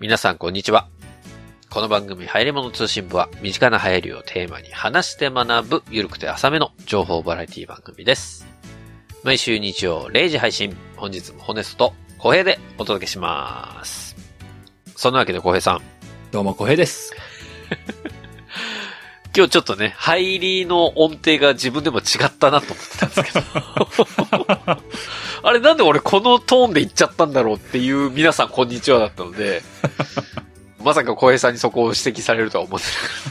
皆さんこんにちは。この番組、入り物通信部は、身近な流行りをテーマに話して学ぶ、ゆるくて浅めの情報バラエティ番組です。毎週日曜0時配信、本日もホネストと小平でお届けします。そんなわけで小平さん、どうも、小平です。 今日ちょっとね、入りの音程が自分でも違ったなと思ってたんですけど。 あれなんで俺このトーンで言っちゃったんだろうっていう皆さんこんにちはだったので、まさか小平さんにそこを指摘されるとは思って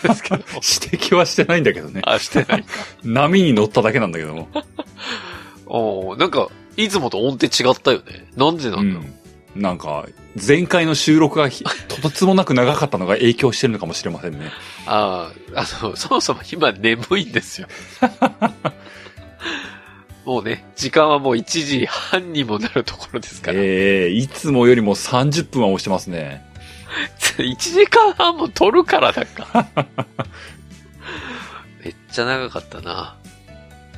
なかったんですけど。指摘はしてないんだけどね。 あ、してない。波に乗っただけなんだけども。おーなんか、いつもと音程違ったよね。なんでなんだろうう。ん。なんか、前回の収録がひとてつもなく長かったのが影響してるのかもしれませんね。ああ、あの、そもそも今眠いんです よ。もうね、時間はもう1時半にもなるところですから。ええいつもよりも30分は押してますね。 1時間半も撮るからだか。めっちゃ長かったな。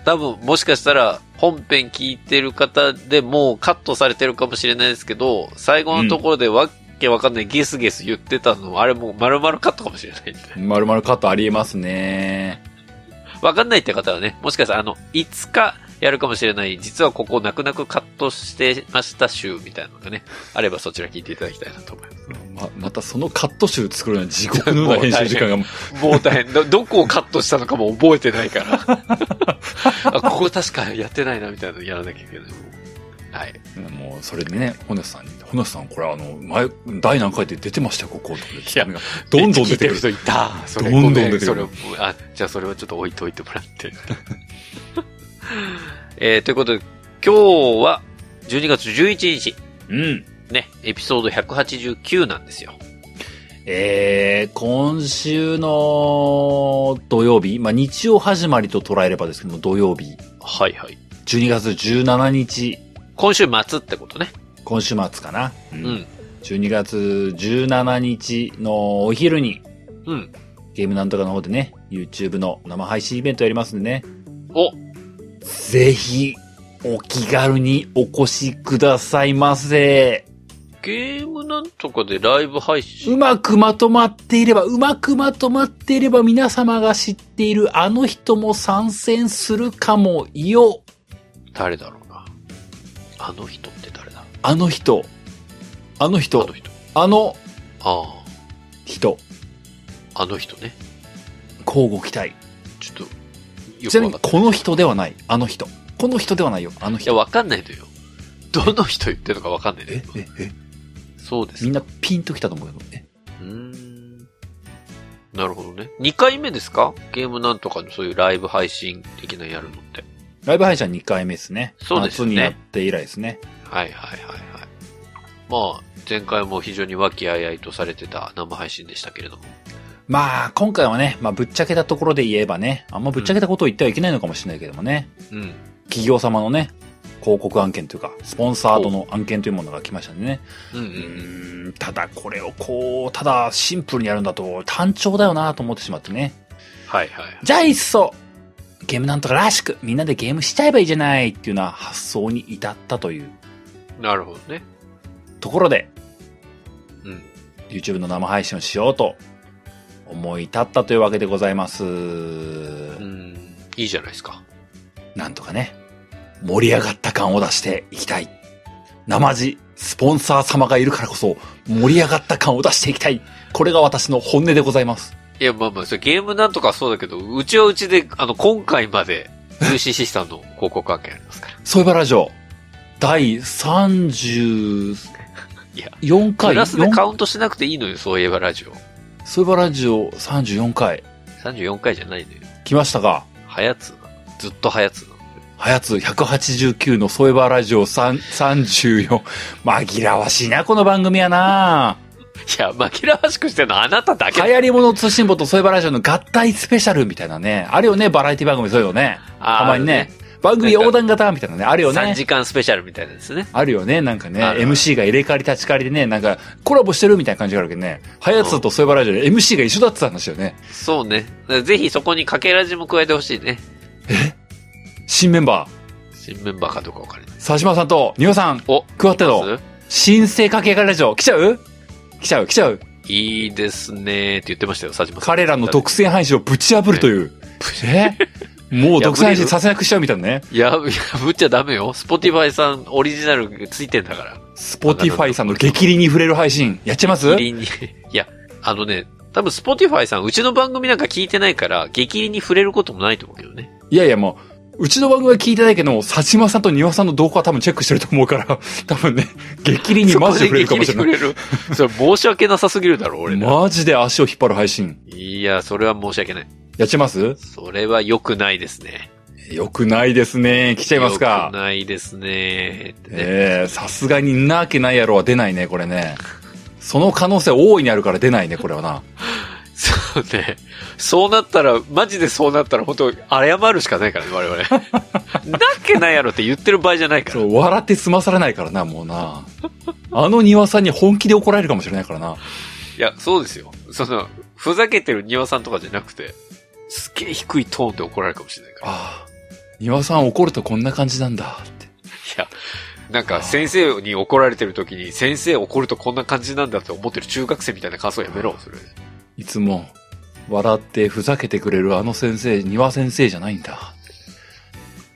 多分、もしかしたら、本編聞いてる方でもうカットされてるかもしれないですけど、最後のところでわっけわかんないゲスゲス言ってたの、あれもう丸々カットかもしれないんで。まるまるカットありえますね。わかんないって方はね、もしかしたらあの、いつかやるかもしれない、実はここ泣く泣くカットしてました週みたいなのがね、あればそちら聞いていただきたいなと思います。ま、またそのカット集作るのは地獄のような編集時間が、もう大変。ど、どこをカットしたのかも覚えてないから。あここ確かやってないなみたいなのやらなきゃいけない。はい。もうそれでね、ホネスさんに、ホネスさんこれあの、前、第何回で出てましたよ、ここ。とかでツッコミがどんどん出て聞いくる。る人いた。それどんどんごめ出てくそるれをあ、じゃあそれはちょっと置いといてもらって。 えー、ということで、今日は12月11日、うん。ね、エピソード189なんですよ。えー、今週の土曜日、まあ、日曜始まりと捉えればですけども、土曜日、はいはい。 12月17日、今週末ってことね。今週末かな。ううん。 12月17日のお昼に、うん。ゲームなんとかの方でね、YouTube の生配信イベントやりますんでね、お、ぜひ、お気軽にお越しくださいませ。ゲームなんとかでライブ配信うまくまとまっていれば、うまくまとまっていれば、皆様が知っているあの人も参戦するかもよ。誰だろうな。あの人って誰だろうあの人。あのあ人の。人。あのあ人。あ、あの人ね。交互期待。ちょっと、よちくなわみに、かんない。この人ではない。あの人。この人ではないよ。あのいや、人。わかんないのよ。どの人言ってるのかわかんないねえ。、え、え、そうです。みんなピンときたと思うけどね。うーん。なるほどね。2回目ですかゲームなんとかのそういうライブ配信的なやるのって。ライブ配信2回目ですね。そうですね夏になって以来ですね。はいはいはいはい。まあ、前回も非常に和気あいあいとされてた生配信でしたけれども。まあ、今回はね、まあ、ぶっちゃけたところで言えばね、あんまぶっちゃけたことを言ってはいけないのかもしれないけどもね。うん。企業様のね、広告案件というか、スポンサードの案件というものが来ましたんでね。うんう。うんーん、ただこれをこう、ただシンプルにやるんだと単調だよなと思ってしまってね。はいはい。じゃあいっそ、ゲームなんとからしく、みんなでゲームしちゃえばいいじゃないっていうような発想に至ったというなるほどね。ところで、うん。 YouTube の生配信をしようと思い立ったというわけでございます。うん。いいじゃないですか。なんとかね、盛り上がった感を出していきたい。生地、スポンサー様がいるからこそ、盛り上がった感を出していきたい。これが私の本音でございます。いや、まあまあ、それゲームなんとかはそうだけど、うちはうちで、あの、今回まで、UCC さんの 広告案件ありますから。そういえばラジオ、第34いや回。プラスで四カウントしなくていいのよ、そういえばラジオ。そういえばラジオ34回。 34回じゃないのよ。来ましたが、はやつな。ずっとはやつな。はやつ189のそういえばラジオ3 34。紛らわしいな、この番組やな。いや、紛らわしくしてるのはあなただけ流だ行り物通信簿とそういえばラジオの合体スペシャルみたいなね。あるよね、バラエティ番組そういうのね。あーたまにね。番組横断型みたいなね。あるよ3ね。時間スペシャルみたいなんですね。あるよね。なんかね、ある MC が入れ替わり立ち替わりでね、なんかコラボしてるみたいな感じがあるけどね。はやつとそういえばラジオで MC が一緒だってた話よね。そうね。だからぜひそこにかけらじも加えてほしいね。新メンバー、新メンバーかどうかわかりない。佐島さんと、におさん、お加わってのどうする新生家系からラジオ来ちゃう来ちゃう、来ちゃう。いいですねって言ってましたよ、佐島さん。彼らの独占配信をぶち破るという。えもう独占配信させなくしちゃうみたいなね。いや、いや、ぶっちゃダメよ。スポティファイさんオリジナルついてんだから。スポティファイさんの激励に触れる配信、やっちゃいますギリ に。いや、あのね、多分スポティファイさん、うちの番組なんか聞いてないから、激励に触れることもないと思うけどね。いやいや、もう、うちの番組は聞いてないけど、佐島さんと庭さんの動画は多分チェックしてると思うから、 多分ね、激励にマジで触れるかもしれなそこい。で激励に触れ る。それ申し訳なさすぎるだろ、俺ら。マジで足を引っ張る配信。いや、それは申し訳ない。やっちゃいますそれは良くないですね。よくないですね。来ちゃいます良くか。ないですね。ってねええさすがにんなわけないやろは出ないね、これね。その可能性大いにあるから出ないね、これはな。そうね。そうなったら、マジでそうなったら、本当謝るしかないからね、我 々。なっけないやろって言ってる場合じゃないから。そう、笑って済まされないからな、もうな。あの庭さんに本気で怒られるかもしれないからな。いや、そうですよ。その、ふざけてる庭さんとかじゃなくて、すげえ低いトーンで怒られるかもしれないから。ああ、庭さん怒るとこんな感じなんだって。いや、なんか先生に怒られてる時に、先生怒るとこんな感じなんだって思ってる中学生みたいな感想やめろ、それ。いつも、笑ってふざけてくれるあの先生、庭先生じゃないんだ。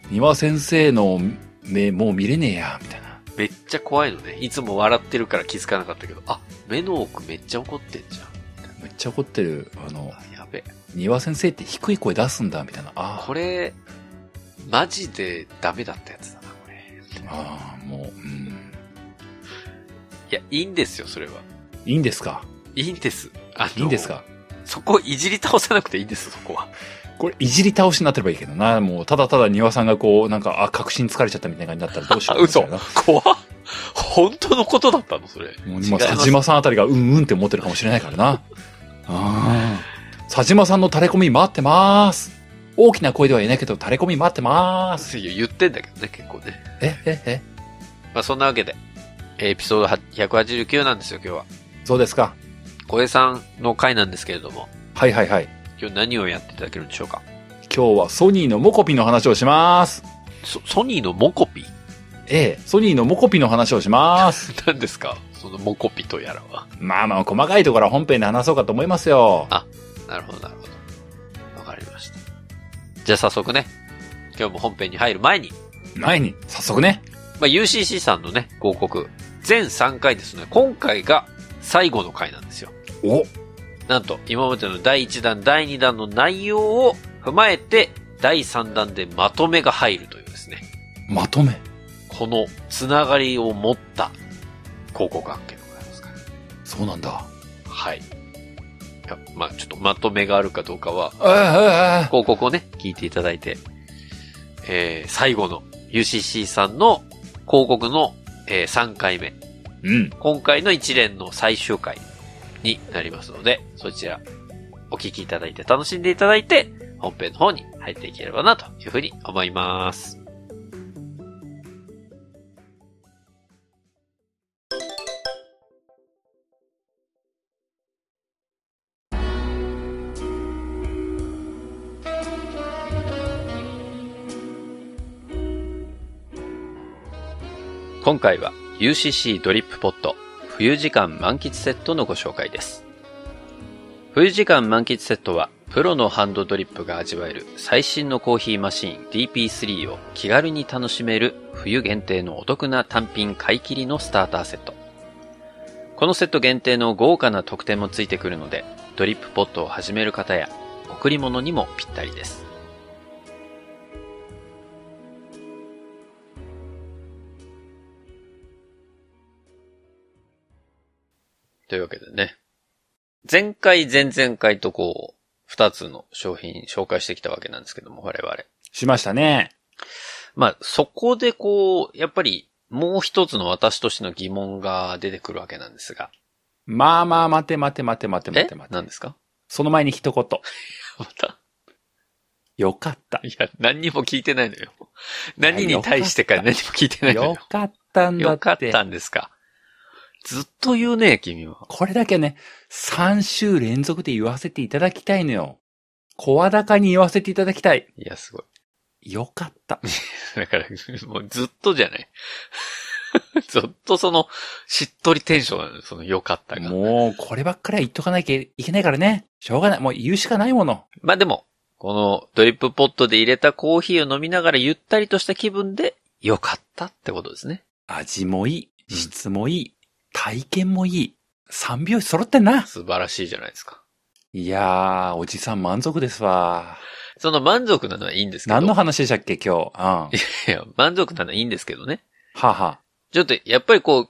庭先生の目、もう見れねえや、みたいな。めっちゃ怖いのね。いつも笑ってるから気づかなかったけど、あ、目の奥めっちゃ怒ってんじゃん。めっちゃ怒ってる、あの、あ、やべ。庭先生って低い声出すんだ、みたいな。あこれ、マジでダメだったやつだな、これ。あ、ああ、もう、うん。いや、いいんですよ、それは。いいんですかいいんです。あのいいんですかそこいじり倒さなくていいんです、そこは。これ、いじり倒しになってればいいけどな。もう、ただただ庭さんがこう、なんか、あ、確信疲れちゃったみたいな感じになったらどうしようあ嘘みたいな怖っ本当のことだったのそれ。もう違い今、ます佐島さんあたりがうんうんって思ってるかもしれないからな。あー佐島さんの垂れ込み待ってまーす。大きな声では言えないけど、垂れ込み待ってまーす。いや言ってんだけどね、結構ね。え、え、え、まあそんなわけで、エピソード189なんですよ、今日は。そうですか。小江さんの回なんですけれども、はいはいはい。今日何をやっていただけるんでしょうか。今日はソニーのモコピの話をしまーす。ソソニー のモコピええ、ソニーのモコピの話をしまーす。何ですかそのモコピとやらは。まあまあ、細かいところは本編で話そうかと思いますよ。なるほど、なるほど。わかりました。じゃあ早速ね、今日も本編に入る前に、前に、早速ね。まあ、UCC さんのね、広告、全3回ですね、今回が最後の回なんですよ。お、なんと、今までの第1弾、第2弾の内容を踏まえて、第3弾でまとめが入るというですね、まとめ。このつながりを持った広告案件でございますから。そうなんだ。はい。いやまあ、ちょっとまとめがあるかどうかは、ええ、ええ、広告をね、聞いていただいて、えー、最後の UCC さんの広告の、えー3回目、うん。今回の一連の最終回になりますので、そちらお聞きいただいて楽しんでいただいて、本編の方に入っていければなというふうに思います。今回は UCC ドリップポット冬時間満喫セットのご紹介です。冬時間満喫セットはプロのハンドドリップが味わえる最新のコーヒーマシン DP3 を気軽に楽しめる冬限定のお得な単品買い切りのスターターセット。このセット限定の豪華な特典もついてくるので、ドリップポットを始める方や贈り物にもぴったりです。というわけでね。前回、前々回とこう、二つの商品紹介してきたわけなんですけども、我々。しましたね。まあ、そこでこう、やっぱり、もう一つの私としての疑問が出てくるわけなんですが。まあまあ、待て待て待て待てえ待て待て。何ですか その前に一言。またよかった。いや、何にも聞いてないのよ。何に対してかよ何かもっ聞いてないの よよ。かったんだよかっ。ってたんですか。ずっと言うね、君は。これだけね、3週連続で言わせていただきたいのよ。声高に言わせていただきたい。いや、すごい。よかった。だから、もうずっとじゃない。 ずっとその、しっとりテンションなのよその良かったが。もう、こればっかりは言っとかなきゃいけないからね。しょうがない。もう言うしかないもの。まあでも、このドリップポットで入れたコーヒーを飲みながらゆったりとした気分で良かったってことですね。味もいい、うん質もいい、体験もいい。三拍子揃ってんな。素晴らしいじゃないですか。いやー、おじさん満足ですわ。その満足なのはいいんですけど。何の話でしたっけ、今日。うん。いや、満足なのはいいんですけどね。はあはあ。ちょっと、やっぱりこう、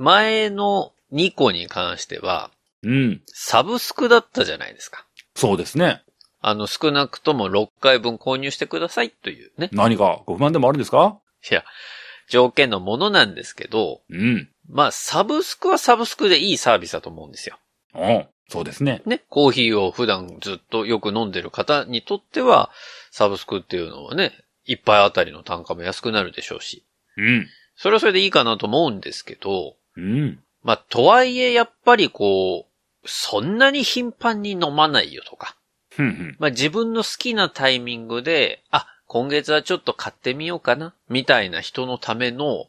前の2個に関しては、うん。サブスクだったじゃないですか。そうですね。あの、少なくとも6回分購入してくださいというね、何かご不満でもあるんですか条件のものなんですけど、うん。まあ、サブスクはサブスクでいいサービスだと思うんですよ。うん。そうですね。ね、コーヒーを普段ずっとよく飲んでる方にとっては、サブスクっていうのはね、一杯あたりの単価も安くなるでしょうし、うん。それはそれでいいかなと思うんですけど、うん。まあ、とはいえ、やっぱりこう、そんなに頻繁に飲まないよとか、ふんふん。まあ、自分の好きなタイミングで、あ、今月はちょっと買ってみようかな、みたいな人のための、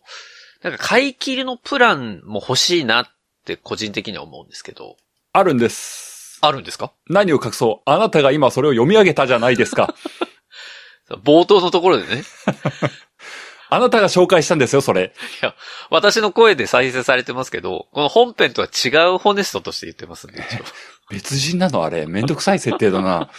なんか買い切りのプランも欲しいなって個人的には思うんですけど、あるんです。あるんですか何を隠そう。あなたが今それを読み上げたじゃないですか。 冒頭のところでね、あなたが紹介したんですよ、それ。私の声で再生されてますけど、この本編とは違うホネストとして言ってますんで、一応別人なのあれ。めんどくさい設定だな。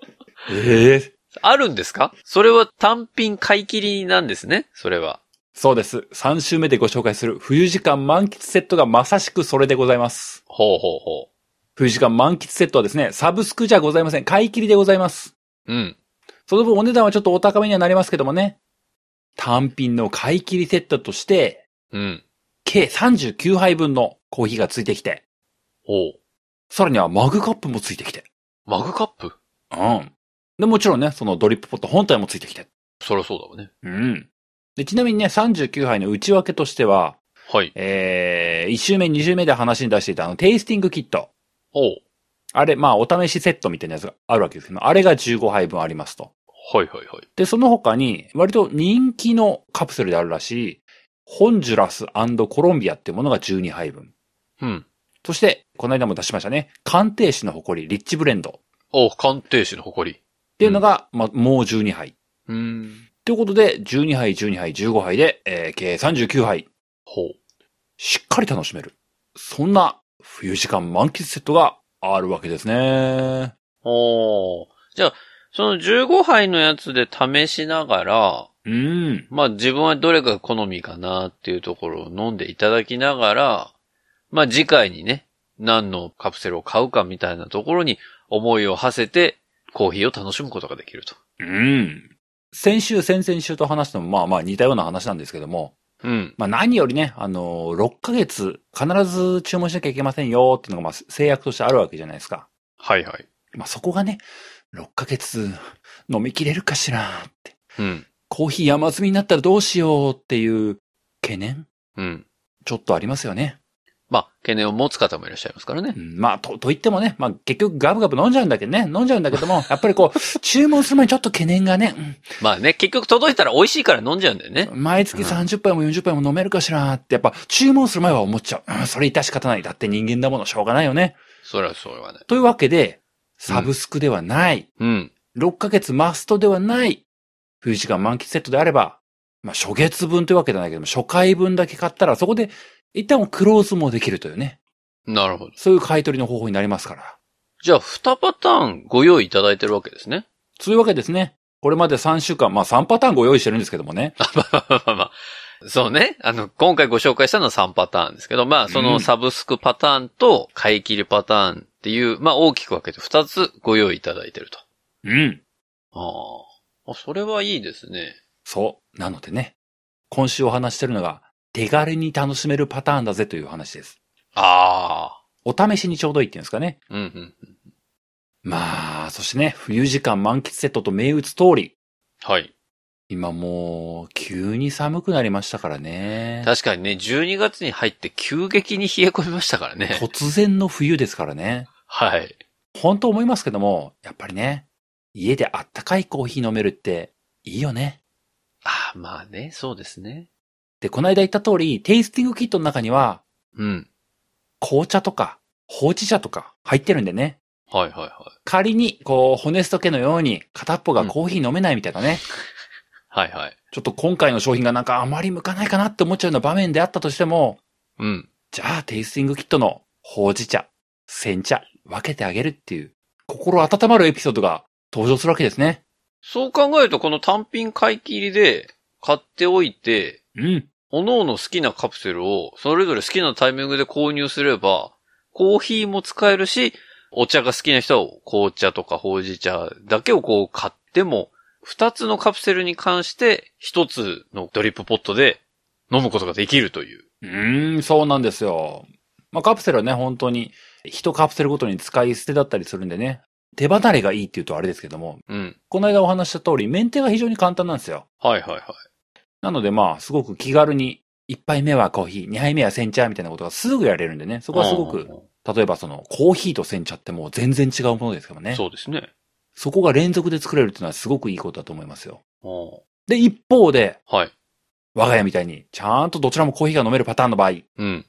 ええ あるんですかそれは単品買い切りなんですね、それは。そうです。3週目でご紹介する冬時間満喫セットがまさしくそれでございます。ほうほうほ冬時間満喫セットはですね、サブスクじゃございません。買い切りでございます。う。うん。その分お値段はちょっとお高めにはなりますけどもね。単品の買い切りセットとして、うん。計39杯分のコーヒーがついてきて、おう。さらにはマグカップもついてきて。マグカップうん。で、もちろんね、そのドリップポット本体もついてきて。そりゃそうだわね。うん。で、ちなみにね、39杯の内訳としては、はい。えー、1週目、2週目で話に出していたあの、テイスティングキット。おう。あれ、まあ、お試しセットみたいなやつがあるわけですけど、あれが15杯分ありますと。はいはいはい。で、その他に、割と人気のカプセルであるらしい、ホンジュラスコロンビアっていうものが12杯分。うん。そして、この間も出しましたね、鑑定士の誇り、リッチブレンドっおう、鑑定士の誇り。ていうのが、まあ、もう12杯。うーん。ということで、12杯、12杯、15杯で、えー、計39杯。ほう。しっかり楽しめる。そんな、冬時間満喫セットがあるわけですね。おー。じゃあ、その15杯のやつで試しながら、うん。まあ自分はどれが好みかなっていうところを飲んでいただきながら、まあ次回にね、何のカプセルを買うかみたいなところに思いを馳せてコーヒーを楽しむことができると。うん。先週、先々週と話しても、まあまあ似たような話なんですけども、うん。まあ何よりね、あのー、6ヶ月必ず注文しなきゃいけませんよっていうのが、まあ制約としてあるわけじゃないですか。はいはい。まあそこがね、6ヶ月飲み切れるかしらって、うん。コーヒー山積みになったらどうしようっていう懸念うん。ちょっとありますよね。まあ、懸念を持つ方もいらっしゃいますからねう。んまあ、と、と言ってもね、まあ結局ガブガブ飲んじゃうんだけどね、飲んじゃうんだけども、やっぱりこう、注文する前にちょっと懸念がね、まあね、結局届いたら美味しいから飲んじゃうんだよねう。ん毎月うん30杯も40杯も飲めるかしらって、やっぱ注文する前は思っちゃう。うん、それ致し方ない。だって人間だものしょうがないよね。そりゃそうはね。というわけで、サブスクではない、うん。 6ヶ月マストではない、冬時間満喫セットであれば、まあ初月分というわけじゃないけども、初回分だけ買ったらそこで一旦クローズもできるというね、なるほど。そういう買い取りの方法になりますから。じゃあ、2パターンご用意いただいてるわけですね。 そういうわけですね。これまで3週間、まあ3パターンご用意してるんですけどもね。まあまあまあ。そうね。あの、今回ご紹介したのは3パターンですけど、まあ、そうんのサブスクパターンと買い切りパターンっていう、まあ、大きく分けて2つご用意いただいてると。うん。あーあ。それはいいですね。そう。なのでね。今週お話ししてるのが、手軽に楽しめるパターンだぜという話です。ああ。お試しにちょうどいいっていうんですかね。うんうん。まあ、そしてね、冬時間満喫セットと銘打つ通り、はい。今もう、急に寒くなりましたからね。確かにね、12月に入って急激に冷え込みましたからね。突然の冬ですからね。はい。本当思いますけども、やっぱりね、家であったかいコーヒー飲めるって、いいよね。ああ、まあね、そうですね。で、この間言った通り、テイスティングキットの中には、うん。紅茶とか、ほうじ茶とか入ってるんでね。はいはいは仮に、こう、ホネスト家のように、片っぽがコーヒー飲めないみたいなね。い。はいはい。ちょっと今回の商品がなんかあまり向かないかなって思っちゃうような場面であったとしても、うん。じゃあテイスティングキットのほうじ茶、煎茶、分けてあげるっていう、心温まるエピソードが登場するわけですね。そう考えると、この単品買い切りで買っておいて、うん。各々好きなカプセルを、それぞれ好きなタイミングで購入すれば、コーヒーも使えるし、お茶が好きな人は紅茶とかほうじ茶だけをこう買っても、二つのカプセルに関して、一つのドリップポットで飲むことができるという。うーん、そうなんですよ。まあ、カプセルはね、本当に、一カプセルごとに使い捨てだったりするんでね、手離れがいいって言うとあれですけども、うん。この間お話しした通り、メンテが非常に簡単なんですよ。はいはいはい。なのでまあ、すごく気軽に、1杯目はコーヒー、2杯目は煎茶みたいなことがすぐやれるんでね、そこはすごく例えばそのコーヒーと煎茶ってもう全然違うものですけどうん。ね。そそうですね。こが連続で作れるっていうのはすごくいいことだと思いますよ。うんで、一方で、はい。我が家みたいにちゃんとどちらもコーヒーが飲めるパターンの場合、うん。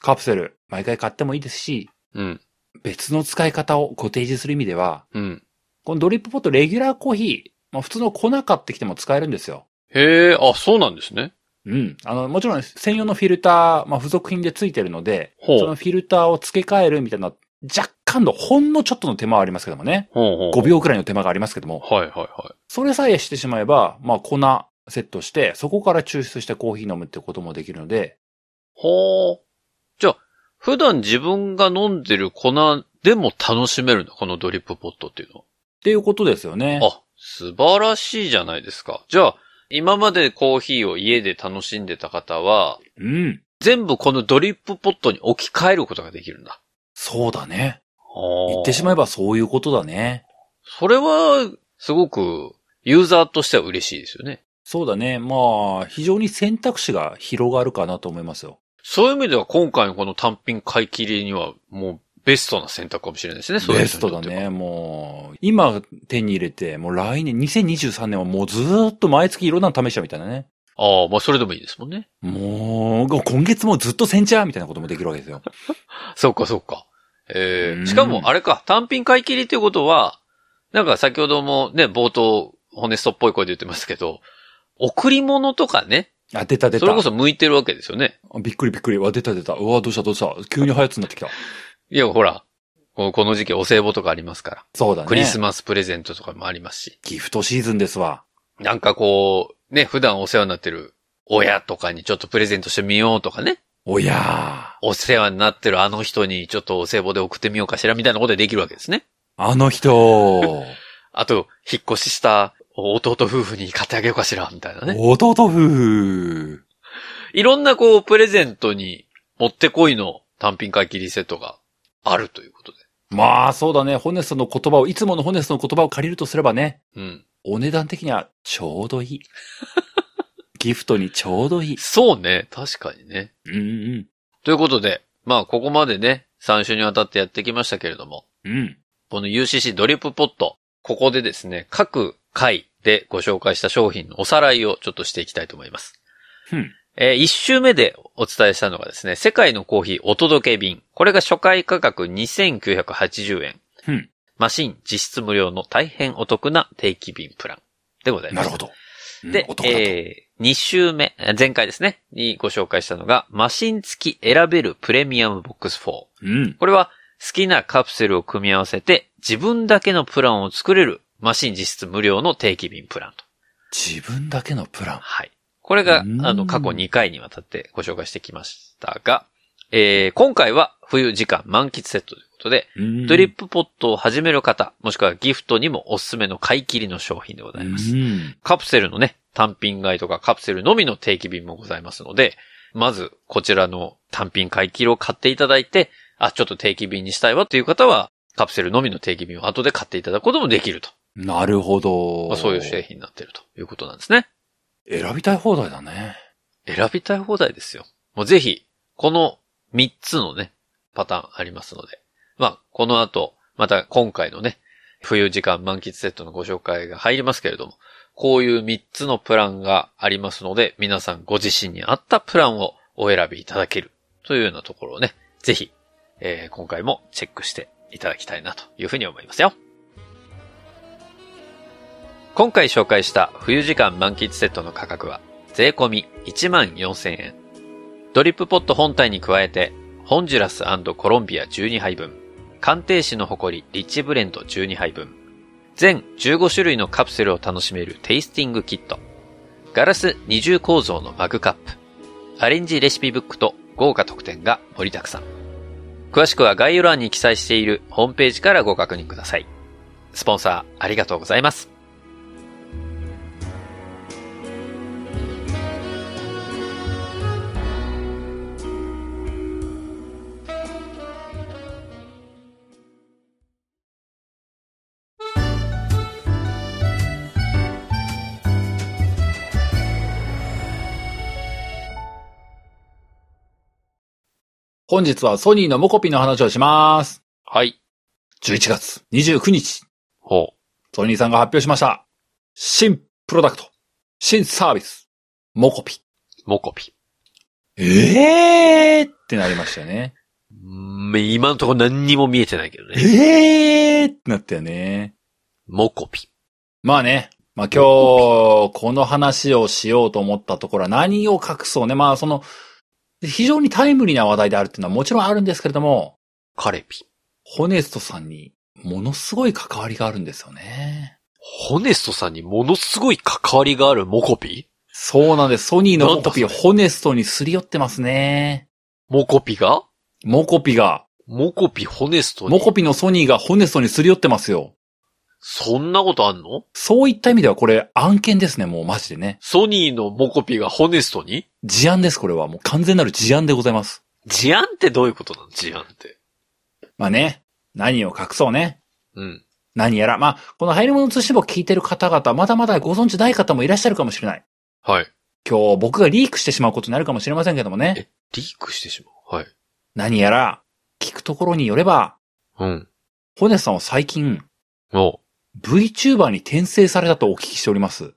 カプセル毎回買ってもいいですし、うん。別の使い方をご提示する意味では、うん。このドリップポットレギュラーコーヒー、まあ普通の粉買ってきても使えるんですよ。へえ、あ、そうなんですね。うん。あの、もちろん専用のフィルター、まあ付属品で付いてるので、ほうそのフィルターを付け替えるみたいな、若干のほんのちょっとの手間はありますけどもね。ほうほう。 5秒くらいの手間がありますけども、はいはいはそれさえしてしまえば、まあ粉セットして、そこから抽出してコーヒー飲むってこともできるので、い。ほう。じゃあ、普段自分が飲んでる粉でも楽しめるのこのドリップポットっていうのっていうことですよね。は。あ、素晴らしいじゃないですか。じゃあ、今までコーヒーを家で楽しんでた方は、うん。全部このドリップポットに置き換えることができるんだ。そうだね。言言ってしまええばそういうことだね。それは、すごく、ユーザーとしては嬉しいですよね。そうだね。まあ、非常に選択肢が広がるかなと思いますよ。そういう意味では今回のこの単品買い切りにはもうベストな選択かもしれないですね、そういうベ人スにとトってはだね。もう、今手に入れて、もう来年、2023年はもうずーっと毎月いろんなの試しちゃうみたいなね。ああ、まあそれでもいいですもんね。もう、今月もずっと煎茶みたいなこともできるわけですよ。そっかそっか。えうー、んしかもあれか、単品買い切りっていうことは、なんか先ほどもね、冒頭、ホネストっぽい声で言ってますけど、贈り物とかね、あ、出た出そた。れこそ向いてるわけですよね。あびっくりびっくり。うわ、出た出た。うわ、どうしたどうした。急に早くになってきた。いや、ほら、ここの時期お歳暮とかありますから、そうだね。クリスマスプレゼントとかもありますし、ギフトシーズンですわ。なんかこう、ね、普段お世話になってる親とかにちょっとプレゼントしてみようとかね、おやー。お世話になってるあの人にちょっとお歳暮で送ってみようかしらみたいなことでできるわけですね。あの人、あと、引っ越しした弟夫婦に買ってあげようかしらみたいなね。弟夫婦。いろんなこう、プレゼントにもってこいの単品買い切りセットがあるということで。まあ、そうだね。ホネストの言葉を、いつものホネストの言葉を借りるとすればね、うん。お値段的にはちょうどい い。ギフトにちょうどいい。そうね。確かにね。うんうんということで、まあ、ここまでね、3週にわたってやってきましたけれども、うん。うん。この UCC ドリップポット、ここでですね、各回でご紹介した商品のおさらいをちょっとしていきたいと思います。うんえー一週目でお伝えしたのがですね、世界のコーヒーお届け便。これが初回価格2980円。うんマシン実質無料の大変お得な定期便プランでございまなする。ほど。うんでお、得だとえー、2週目、えー前回ですね、にご紹介したのが、マシン付き選べるプレミアムボックス4。うん。これは好きなカプセルを組み合わせて自分だけのプランを作れるマシン実質無料の定期便プランと。自分だけのプラン。はい。これが、あうんの、過去2回にわたってご紹介してきましたが、えー、今回は冬時間満喫セットということで、うんドリップポットを始める方、もしくはギフトにもおすすめの買い切りの商品でございます。うん。カプセルのね、単品買いとかカプセルのみの定期便もございますので、まずこちらの単品買い切りを買っていただいて、あ、ちょっと定期便にしたいわっていう方は、カプセルのみの定期便を後で買っていただくこともできると。なるほど。まあ、そういう製品になっているということなんですね。選びたい放題だね。選びたい放題ですよ。もうぜひ、この3つのね、パターンありますので。まあ、この後、また今回のね、冬時間満喫セットのご紹介が入りますけれども、こういう3つのプランがありますので、皆さんご自身に合ったプランをお選びいただけるというようなところをね、ぜひ、えー今回もチェックしていただきたいなというふうに思いますよ。今回紹介した冬時間満喫セットの価格は、税込み14,000円。ドリップポット本体に加えて、ホンジュラスコロンビア12杯分、鑑定士の誇りリッチブレンド12杯分、全15種類のカプセルを楽しめるテイスティングキット、ガラス二重構造のマグカップ、アレンジレシピブックと豪華特典が盛りだくさん。詳しくは概要欄に記載しているホームページからご確認ください。スポンサーありがとうございます。本日はソニーのモコピの話をします。はい。 11月29日、ほう。ソニーさんが発表しました。新プロダクト、新サービス、モコピ。モコピ。えーってなりましたよね。うん今のところ何にも見えてないけどね。えーってなったよね。モコピ。まあね。まあ今日、この話をしようと思ったところは何を隠そうね。まあその、非常にタイムリーな話題であるっていうのはもちろんあるんですけれども、カレピ。ホネストさんにものすごい関わりがあるんですよね。ホネストさんにものすごい関わりがあるモコピそうなんです。ソニーのモコピなをんだホネストにすり寄ってますね。モコピがモコピが、モコピ、ホネストに。モコピのソニーがホネストにすり寄ってますよ。そんなことあんのそういった意味ではこれ案件ですね、もうマジでね。ソニーのモコピがホネストに事案です、これは。もう完全なる事案でございます。事案ってどういうことなの事案って。まあね、何を隠そうね。うん。何やら。まあ、この入り物通信簿を聞いてる方々、まだまだご存知ない方もいらっしゃるかもしれない。はい。今日僕がリークしてしまうことになるかもしれませんけどもね。えリークしてしまう。はい。何やら、聞くところによれば、うん。ホネさんは最近、も VTuber に転生されたとお聞きしております。う。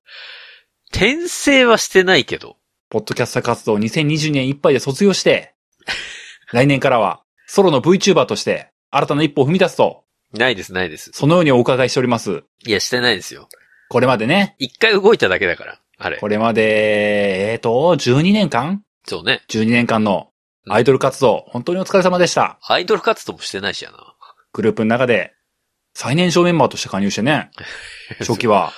転生はしてないけど。ポッドキャスター活動を2020年いっぱいで卒業して、 来年からは、ソロの VTuber として、新たな一歩を踏み出すと、ないです、ないです。そのようにお伺いしております。いや、してないですよ。これまでね、一回動いただけだから。あれこ。れまで、えーと、12年間そうね。 12年間のアイドル活動、本当にお疲れ様でした。アイドル活動もしてないしやな。グループの中で、最年少メンバーとして加入してね、初期は、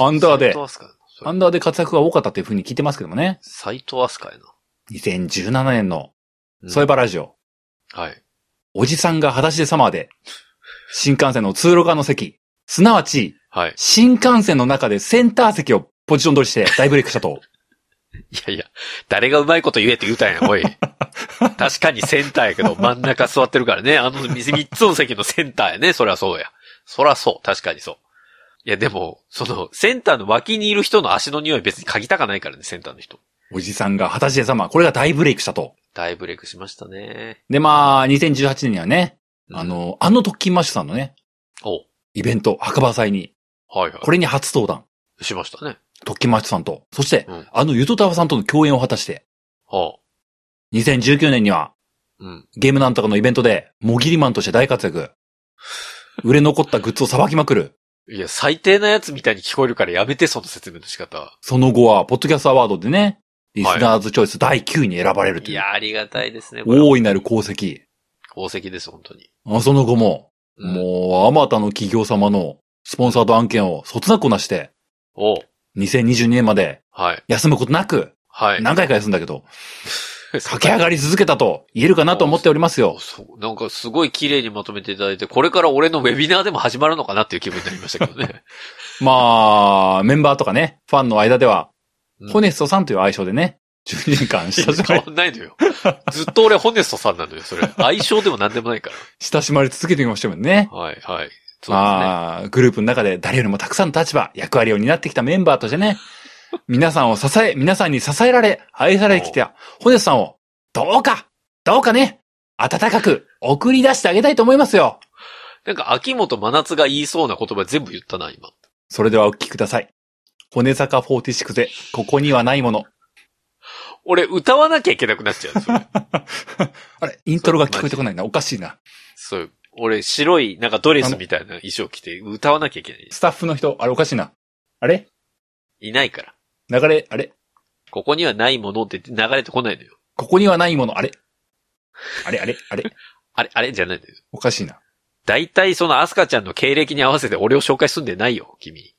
アンダ ーでサイトアスカやアな。ンダーで活躍が多かったというふうに聞いてますけどもね、サイトアスカやな。 2017年の、うんそういえばラジオ、はい。おじさんが裸足でサマーで、新幹線の通路側の席、すなわち、はい。新幹線の中でセンター席をポジション取りして大ブレイクし たと。いやいや、誰がうまいこと言えって言うたんや、 おい。確かにセンターやけど、真ん中座ってるからね。あの三つの席のセンターやね。そりゃそうや。そりゃそう。確かにそう。いや、でも、その、センターの脇にいる人の足の匂い別に嗅ぎたかないからね、センターの人。おじさんが裸足でサマー、これが大ブレイクしたと。大ブレイクしましたね。で、まあ、2018年にはね、うんあ、の、あの特勤マッシュさんのね、おイベント、墓場祭に、はいはこれに初登壇、い。しましたね。特勤マッチさんと、そして、うんあのゆとたわさんとの共演を果たして、はあ。 2019年には、うん。ゲームなんとかのイベントで、もぎりマンとして大活躍。売れ残ったグッズをさばきまくる。いや、最低なやつみたいに聞こえるからやめて、その説明の仕方。その後は、ポッドキャストアワードでね、リスナーズチョイス第9位に選ばれるといいう、や、ありがたいですね。これ大いなる功績。宝石です、本当に。あその後も、うんもう、あまたの企業様のスポンサード案件をそつなくこなして、お2022年まではい。休むことなく、はい。何回か休んだけど、駆駆け上がり続けたと言えるかなと思っておりますよ。 そう。なんかすごい綺麗にまとめていただいて、これから俺のウェビナーでも始まるのかなっていう気分になりましたけど ね。まあ、メンバーとかね、ファンの間では、うんホネストさんという愛称でね、12年間親しま変われんないのよ。ずっと俺ホネストさんなのよ、それ。相性でも何でもないか親しまれ続けてきましたもんね。ら。はい、はい。そうですね。まあ、グループの中で誰よりもたくさんの立場、役割を担ってきたメンバーとしてね、 皆さんを支え、皆さんに支えられ、愛されてきた、ホネストさんを、どうか、どうかね、温かく送り出してあげたいと思いますよ。なんか秋元真夏が言いそうな言葉全部言ったな、今。それではお聞きください。骨坂46で、ここにはないもの。俺、歌わなきゃいけなくなっちゃう。そ れあれ、イントロが聞こえてこないな。おかしいな。そう。俺、白い、なんかドレスみたいな衣装着て、歌わなきゃいけない。スタッフの人、あれおかしいな。あれいないから。流れ、あれここにはないものって流れてこないのよ。ここにはないもの、あれあれあれあれあれ、あれじゃないのよ。おかしいな。大体そのアスカちゃんの経歴に合わせて俺を紹介すんでないよ、君。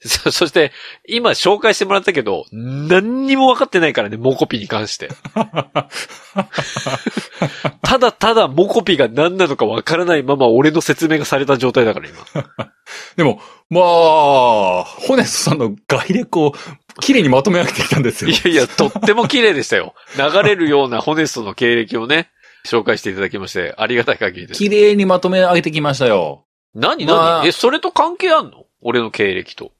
そそして、今紹介してもらったけど、何にも分かってないからね、モコピに関して。ただただモコピが何なのか分からないまま俺の説明がされた状態だから今。でも、まあ、ホネストさんの概略を綺麗にまとめ上げてきたんですよい。やいや、とっても綺麗でしたよ。流れるようなホネストの経歴をね、紹介していただきまして、ありがたい限りです。綺麗にまとめ上げてきましたよ。何何、まあえ、それと関係あんの俺の経歴と。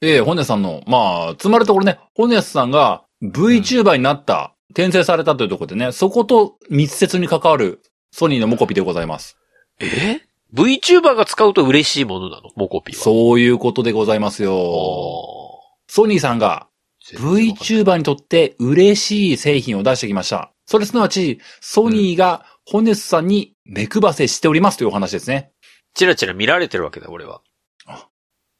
ええ、ホネスさんの、まあ、つまるところね、ホネスさんが VTuber になった、転生されたというところでね、そこと密接に関わるソニーのモコピでございます。え ?VTuber が使うと嬉しいものなのモコピは。そういうことでございますよ。ソニーさんが VTuber にとって嬉しい製品を出してきました。それすなわち、ソニーがホネスさんに目配せしておりますというお話ですね。チラチラ見られてるわけだ、俺は。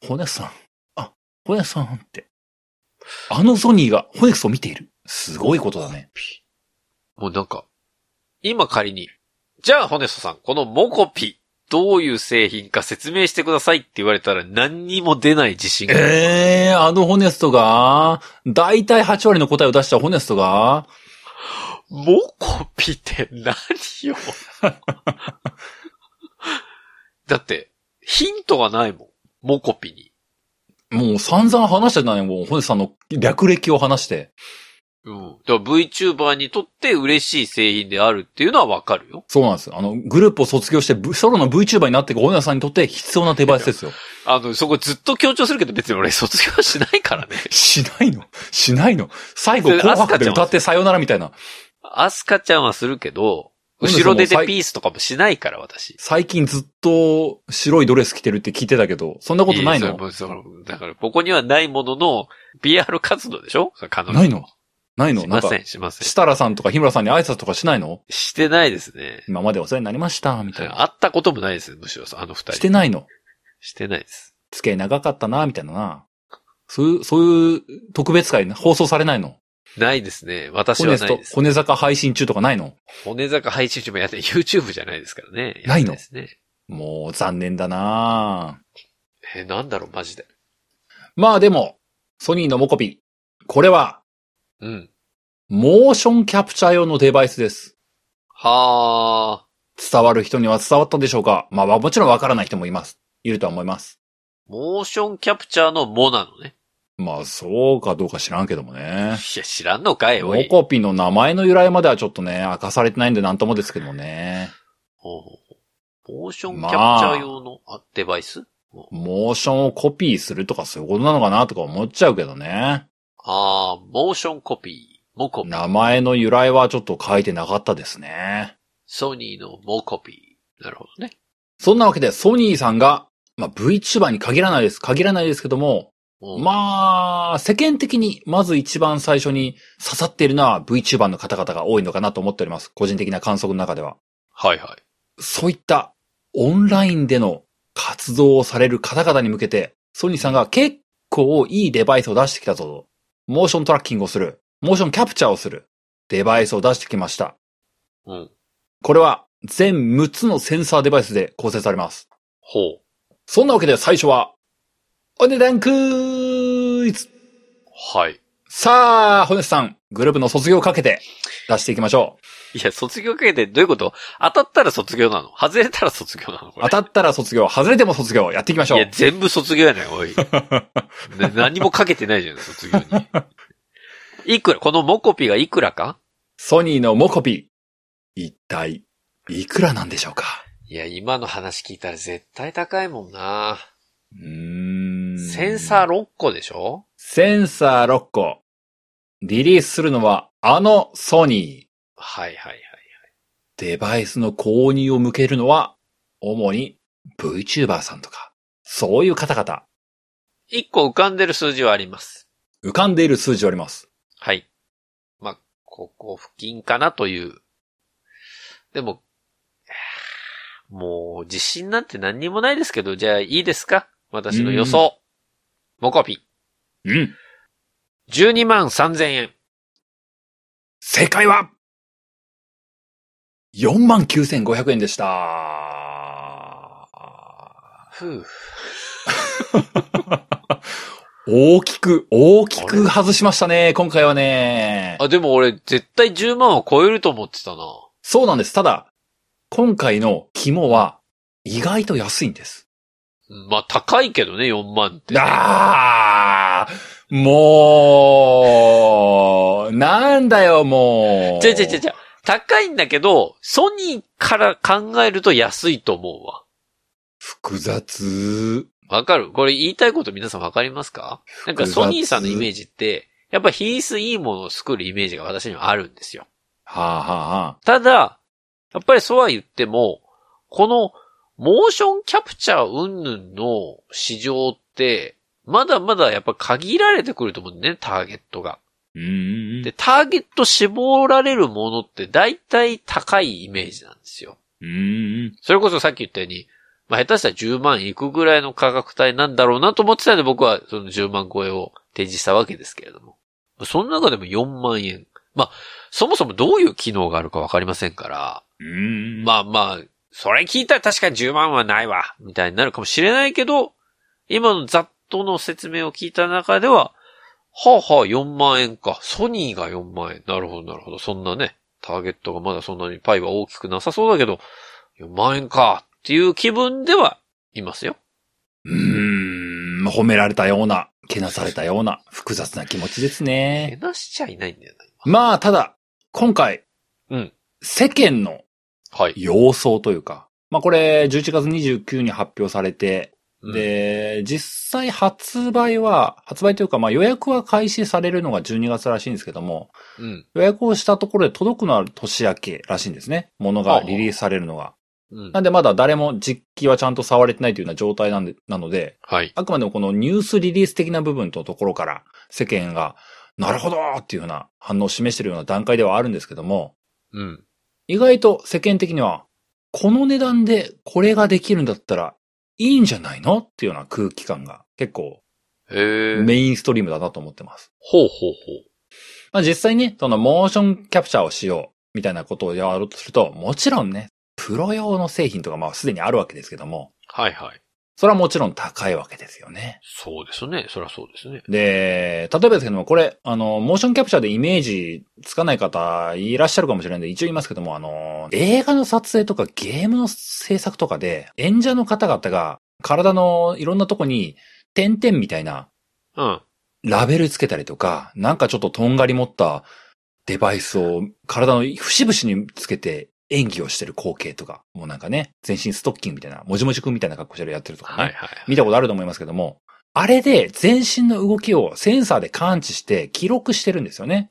ホネスさん。あ、ホネスさんって。あのソニーがホネスを見ている。すごいことだね。もうなんか、今仮に、じゃあ、ホネストさん、このモコピ、どういう製品か説明してくださいって言われたら何にも出ない自信が。ええー、あのホネストが、だいたい8割の答えを出したホネストが、モコピって何 よ。だって、ヒントがないもん。モコピに。もう散々話したじゃないもうホネストさんの略歴を話して。うん。だから VTuber にとって嬉しい製品であるっていうのはわかるよ。そうなんです。あの、グループを卒業して、ブソロの VTuber になっていくホネストさんにとって必要なデバイス ですよ。あの、そこずっと強調するけど別に俺卒業しないからね。しないのしないの最後、それ紅白アスカでちゃんは歌ってさよならみたいな。アスカちゃんはするけど、うん後ろ出てそのピースとかもしないから、私。最近ずっと白いドレス着てるって聞いてたけど、そんなことないいやのそれそのだから、ここにはないものの、PR 活動でしょそれ彼女ないのないのしなまんかせ、ん、しません。し設楽さんとか日村さんに挨拶とかしないのてないですね。今までお世話になりました、みたいな。会ったこともないです、むしろ、あの二人。してないのしてないです。付き合い長かったな、みたいなな。そういう、そういう特別会放送されないのないですね。私骨はなといです。骨坂配信中とかないの骨坂配信中もやって、YouTube じゃないですからね。ないのやってですね。もう残念だなえ、なんだろう、マジで。まあでも、ソニーのモコピ。これは、うん。モーションキャプチャー用のデバイスです。はあ、伝わる人には伝わったでしょうかまあまあもちろんわからない人もいます。いるとは思います。モーションキャプチャーのモなのね。まあそうかどうか知らんけどもね。いや、知らんのかい、おモい。コピの名前の由来まではちょっとね、明かされてないんでなんともですけどもね。ほうほうほうモーションキャプチャー用の、あ、デバイスモーションをコピーするとかそういうことなのかなとか思っちゃうけどね。ああ、モーションコピー、モコピー、名前の由来はちょっと書いてなかったですね。ソニーのモコピー。なるほどね。そんなわけでソニーさんが、まあ VTuber に限らないです。限らないですけども、うんまあ、世間的に、まず一番最初に刺さっているのは VTuber の方々が多いのかなと思っております。個人的な観測の中では。はいはい。そういったオンラインでの活動をされる方々に向けて、ソニーさんが結構いいデバイスを出してきたぞと。モーショントラッキングをする。モーションキャプチャーをする。デバイスを出してきました。うん。これは全6つのセンサーデバイスで構成されます。ほう。そんなわけで最初は、お値段クイズはい。さあ、ホネスさん、グループの卒業をかけて出していきましょう。いや、卒業かけてどういうこと当たったら卒業なの外れたら卒業なのこれ当たったら卒業、外れても卒業、やっていきましょいや、う。全部卒業やない、 おい。な何もかけてないじゃん、卒業に。いくら、このモコピがいくらかソニーのモコピ、一体、いくらなんでしょうかいや、今の話聞いたら絶対高いもんな。うーん。センサーー。 6個でしょセンサー6個。リリースするのは、あのソニー。はいはいはい。デバイスの購入を向けるのは、主に VTuber さんとか、そういう方々、一個浮かんでる数字はあります。浮かんでいる数字はあります。はい。まあ、ここ付近かなという。でも、えーもう自信なんて何にもないですけど、じゃあいいですか私の予想。モコピ。うん。 12万3000円。正解は !49,500 円でした。ふう。大きく、大きく外しましたね、今回はね。あ、でも俺絶対10万を超えると思ってたな。そうなんです。ただ、今回の肝は意外と安いんです。まあ、高いけどね、4万って。あーもう、なんだよ、もう。違う違う違う違う。高いんだけど、ソニーから考えると安いと思うわ。複雑。わかるこれ言いたいこと皆さんわかりますかなんかソニーさんのイメージって、やっぱ品質いいものを作るイメージが私にはあるんですよ。はあ、はあはただ、やっぱりそうは言っても、このモーションキャプチャー云々の市場って、まだまだやっぱ限られてくると思うんだよね、ターゲットが。あ、うん。で、ターゲット絞られるものって大体高いイメージなんですよ。うん。それこそさっき言ったように、まあ下手したら10万いくぐらいの価格帯なんだろうなと思ってたんで僕はその10万超えを提示したわけですけれども。その中でも4万円。まあ、そもそもどういう機能があるかわかりませんから、うん。まあまあ、それ聞いたら確かに10万はないわ、みたいになるかもしれないけど、今のざっとの説明を聞いた中では、はあはあ4万円か。ソニーが4万円。なるほどなるほど。そんなね、ターゲットがまだそんなにパイは大きくなさそうだけど、4万円かっていう気分ではいますよ。うーん、褒められたような、けなされたような、複雑な気持ちですえね。なしちゃいないんだよな、今。まあ、ただ、今回、うん世間のはい。様相というか、まあこれ、11月29に発表されて、うん、で、実際発売は、発売というか、まあ予約は開始されるのが12月らしいんですけども、うん。予約をしたところで届くのは年明けらしいんですね。ものがリリースされるのが。うん。なんでまだ誰も実機はちゃんと触れてないというような状態なんで、なので、はい。あくまでもこのニュースリリース的な部分のところから世間が、なるほどっていうような反応を示しているような段階ではあるんですけども、うん。意外と世間的には、この値段でこれができるんだったらいいんじゃないのっていうような空気感が結構へえ。メインストリームだなと思ってます。ほうほうまあ実際ね、そのモーションキャプチャーをしようみたいなことをやろうとすると、もちろんね、プロ用の製品とかまあすでにあるわけですけども、ほう。はいはい。それはもちろん高いわけですよね。そうですね。そりゃそうですね。で、例えばですけども、これ、あの、モーションキャプチャーでイメージつかない方いらっしゃるかもしれないんで、一応言いますけども、あの、映画の撮影とかゲームの制作とかで、演者の方々が体のいろんなとこに点々みたいなうん。ラベルつけたりとか、なんかちょっととんがり持ったデバイスを体の節々につけて演技をしてる光景とか、もうなんかね、全身ストッキングみたいな、もじもじくんみたいな格好してるやってるとかね。はいはい。見たことあると思いますけども、あれで全身の動きをセンサーで感知して記録してるんですよね。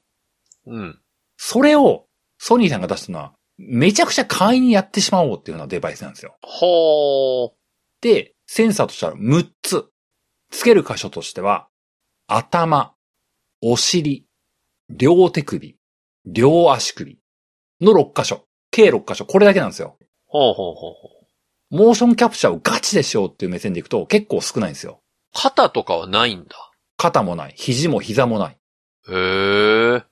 うん。それをソニーさんが出したのは、めちゃくちゃ簡易にやってしまおうっていうようなデバイスなんですよ。ほー。で、センサーとしては6つ。つける箇所としては、頭、お尻、両手首、両足首の6箇所。計6箇所。これだけなんですよ。ほうほうほうほう。モーションキャプチャーをガチでしようっていう目線でいくと結構少ないんですよ。肩とかはないんだ。肩もない。肘も膝もない。へえ。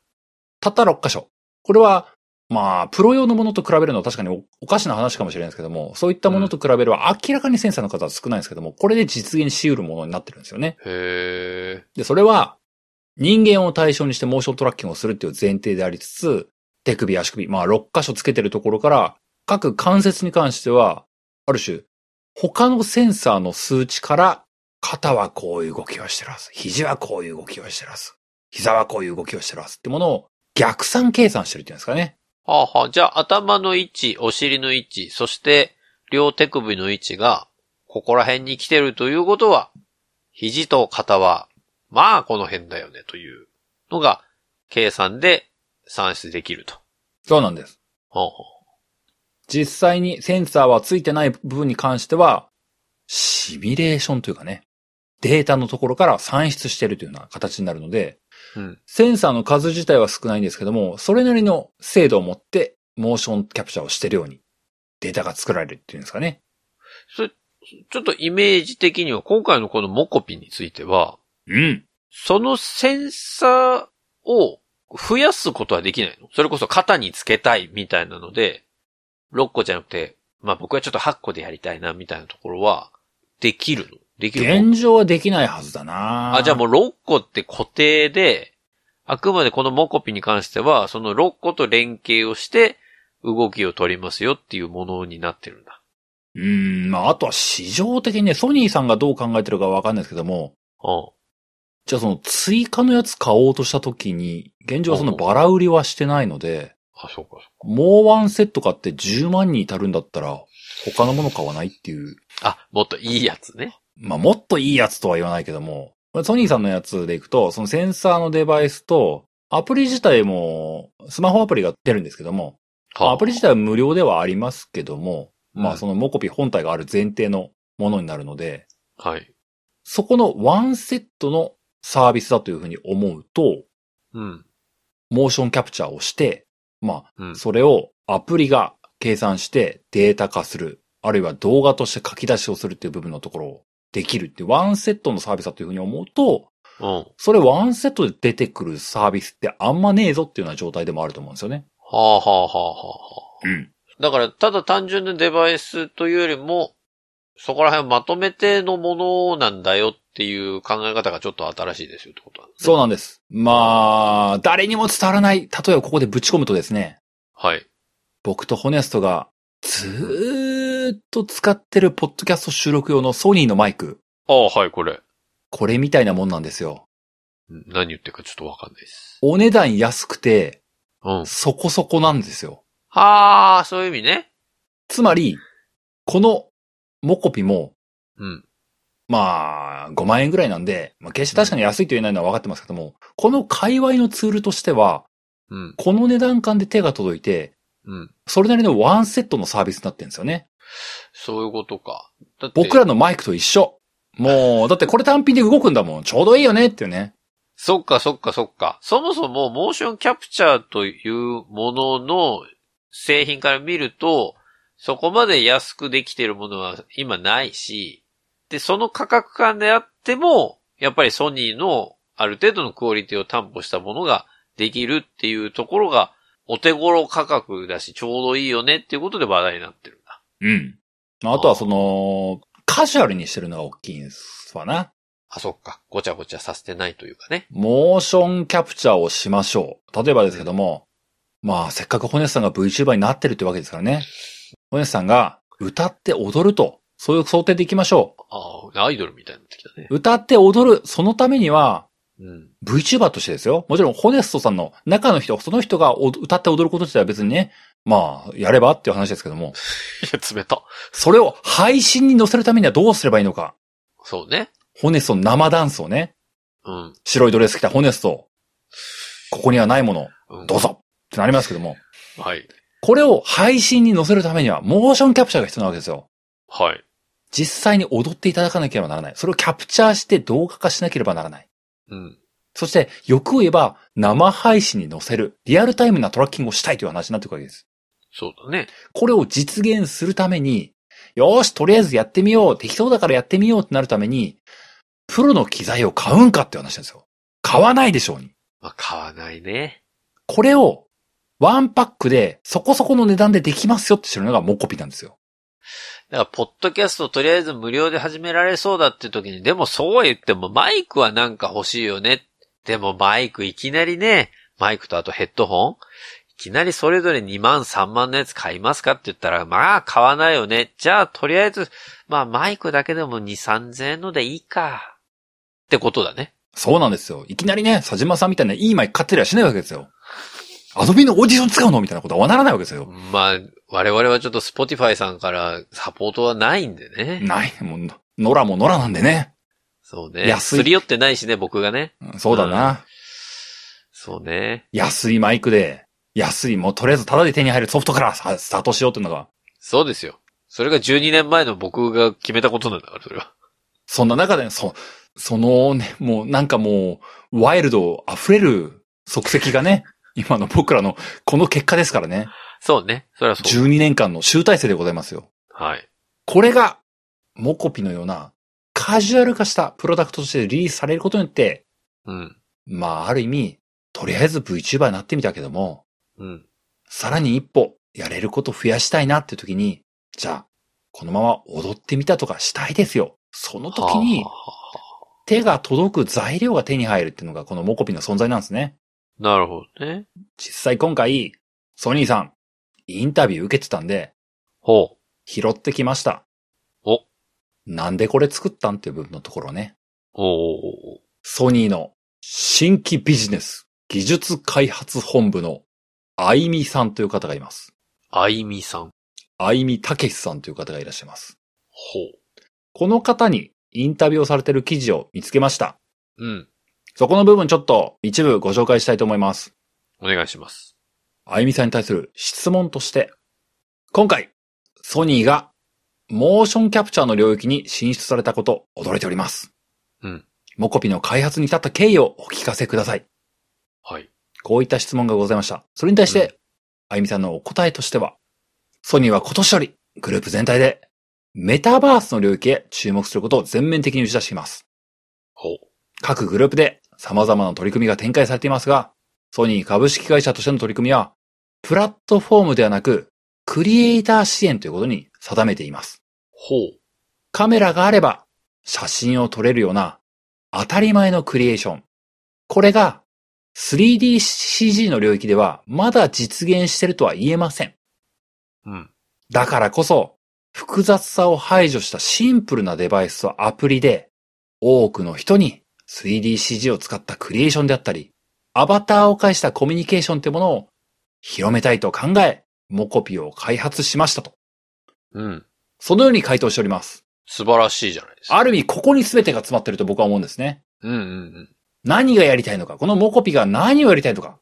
たった6箇所。これは、まあ、プロ用のものと比べるのは確かにおおかしな話かもしれないですけども、そういったものと比べれば明らかにセンサーの方は少ないんですけども、これで実現し得るものになってるんですよね。へえ。で、それは、人間を対象にしてモーショントラッキングをするっていう前提でありつつ、手首、足首、まあ6箇所つけてるところから、各関節に関しては、ある種、他のセンサーの数値から、肩はこういう動きをしてるはず、肘はこういう動きをしてるはず、膝はこういう動きをしてるはずってものを逆算計算してるっていうんですかね。はあはあ、じゃあ頭の位置、お尻の位置、そして両手首の位置がここら辺に来てるということは、肘と肩は、まあこの辺だよねというのが計算で算出できると。そうなんです。ほうほう実際にセンサーはついてない部分に関しては、シミュレーションというかね、データのところから算出してるというような形になるので、うん。センサーの数自体は少ないんですけども、それなりの精度を持って、モーションキャプチャーをしてるように、データが作られるっていうんですかね。それ、ちょっとイメージ的には、今回のこのモコピについては、うん。そのセンサーを増やすことはできないのそれこそ肩につけたいみたいなので、6個じゃなくて、まあ僕はちょっと8個でやりたいなみたいなところは、できるのできるの現状はできないはずだなあ、じゃあもう6個って固定で、あくまでこのモコピに関しては、その6個と連携をして、動きを取りますよっていうものになってるんだ。う。うん、まあ、あとは市場的にね、ソニーさんがどう考えてるかわかんないですけども、うん。じゃあその追加のやつ買おうとした時に、現状はそのバラ売りはしてないので、あ、そうか、そもうワンセット買って10万に至るんだったら、他のもの買わないっていう。うか。あ、もっといいやつね。まあ、もっといいやつとは言わないけども、ソニーさんのやつでいくと、そのセンサーのデバイスと、アプリ自体も、スマホアプリが出るんですけども、アプリ自体は無料ではありますけども、まあそのモコピ本体がある前提のものになるので、はい。そこのワンセットのサービスだというふうに思うと、うん。モーションキャプチャーをして、まうあ、ん。それをアプリが計算してデータ化する、あるいは動画として書き出しをするっていう部分のところをできるっていうワンセットのサービスだというふうに思うと、うん。それワンセットで出てくるサービスってあんまねえぞっていうような状態でもあると思うんですよね。はあはあはあはあはあ。うん。だから、ただ単純なデバイスというよりも、そこら辺をまとめてのものなんだよっていう考え方がちょっと新しいですよってことなんですねそうなんです。まあ、誰にも伝わらない、例えばここでぶち込むとですね、はい。僕とホネストがずーっと使ってるポッドキャスト収録用のソニーのマイク、ああ、はい、これ。これみたいなもんなんですよ。うん何言ってるかちょっとわかんないです。お値段安くて、うん。そこそこなんですよ。はあ、そういう意味ね。つまり、このモコピも、うん。まあ、5万円ぐらいなんで、まあ、決して確かに安いと言えないのは分かってますけども、この界隈のツールとしては、うん。この値段間で手が届いて、うん。それなりのワンセットのサービスになってるんですよね。そういうことか。だって僕らのマイクと一緒。もう、だってこれ単品で動くんだもん。ちょうどいいよねっていうね。そっかそっかそっか。そもそもモーションキャプチャーというものの製品から見ると、そこまで安くできているものは今ないし、で、その価格感であっても、やっぱりソニーのある程度のクオリティを担保したものができるっていうところが、お手頃価格だし、ちょうどいいよねっていうことで話題になってるんだ。うん。まあ、あとはその、カジュアルにしてるのが大きいんですわな。あ、そっか。ごちゃごちゃさせてないというかね。モーションキャプチャーをしましょう。例えばですけども、まあ、せっかくホネスさんが VTuber になってるってわけですからね。ホネスさんが歌って踊ると、そういう想定でいきましょああ、アイドルみたいになってきたね。う。歌って踊る、そのためには、うん。 VTuber としてですよ。もちろん、ホネストさんの中の人、その人がお歌って踊ること自体は別にね、まあ、やればっていう話ですけども、いや、 冷た。それを配信に載せるためにはどうすればいいのか。そうね。ホネストの生ダンスをね、うん。白いドレス着たホネスト、ここにはないもの、うんどうぞってなりますけども、はい。これを配信に載せるためには、モーションキャプチャーが必要なわけですよ。はい。実際に踊っていただかなければならない。それをキャプチャーして動画化しなければならない。うん。そして、欲を言えば、生配信に載せる、リアルタイムなトラッキングをしたいという話になってくるわけです。そうだね。これを実現するために、よーし、とりあえずやってみよう、適当だからやってみようってなるために、プロの機材を買うんかって話なんですよ。買わないでしょうに。まあ、買わないね。これを、ワンパックで、そこそこの値段でできますよって知るのがモコピなんですよ。だから、ポッドキャストとりあえず無料で始められそうだって時に、でもそうは言ってもマイクはなんか欲しいよね。でもマイクいきなりね、マイクとあとヘッドホンいきなりそれぞれ2万3万のやつ買いますかって言ったら、まあ買わないよね。じゃあとりあえず、まあマイクだけでも2、3000円のでいいか。ってことだね。そうなんですよ。いきなりね、佐島さんみたいないいマイク買ってりゃしないわけですよ。遊びのオーディション使うのみたいなことはならないわけですよ。まあ、我々はちょっと Spotify さんからサポートはないんでね。ない、もう、野良も野良なんでね。そうね。安いすり寄ってないしね、僕がね。うんそうだな。そうね。安いマイクで、安い、もうとりあえずタダで手に入るソフトからさスタートしようっていうのが、そうですよ。それが12年前の僕が決めたことなんだから、それは。そんな中で、そ、そのね、もうなんかもう、ワイルド溢れる足跡がね、今の僕らのこの結果ですからね。そうね。それはそう。 12年間の集大成でございますよ。はい。これが、モコピのような、カジュアル化したプロダクトとしてリリースされることによって、うん。まあ、ある意味、とりあえず VTuber になってみたけども、うん。さらに一歩、やれること増やしたいなって時に、じゃあ、このまま踊ってみたとかしたいですよ。その時には、あ手が届く材料が手に入るっていうのが、このモコピの存在なんですね。なるほどね。実際今回、ソニーさん、インタビュー受けてたんで、ほう。拾ってきました。おなんでこれ作ったんっていう部分のところね。おうおうおうソニーの新規ビジネス技術開発本部のあいみさんという方がいます。あいみさん。あいみたけしさんという方がいらっしゃいます。ほこの方にインタビューをされている記事を見つけました。う。うん。そこの部分ちょっと一部ご紹介したいと思います。お願いします。あゆみさんに対する質問として、今回、ソニーがモーションキャプチャーの領域に進出されたこと、驚いております。うん。モコピの開発に至った経緯をお聞かせください。はい。こういった質問がございました。それに対しうんて、あゆみさんのお答えとしては、ソニーは今年よりグループ全体でメタバースの領域へ注目することを全面的に打ち出しています。ほう。各グループで様々な取り組みが展開されていますが、ソニー株式会社としての取り組みは、プラットフォームではなく、クリエイター支援ということに定めています。ほう。カメラがあれば、写真を撮れるような、当たり前のクリエーション。これが、3DCG の領域では、まだ実現してるとは言えません。うん。だからこそ、複雑さを排除したシンプルなデバイスとアプリで、多くの人に 3DCG を使ったクリエーションであったり、アバターを介したコミュニケーションってものを広めたいと考え、モコピを開発しましたと。うん。そのように回答しております。素晴らしいじゃないですか。ある意味、ここに全てが詰まってると僕は思うんですね。うんうんうん。何がやりたいのか、このモコピが何をやりたいのか。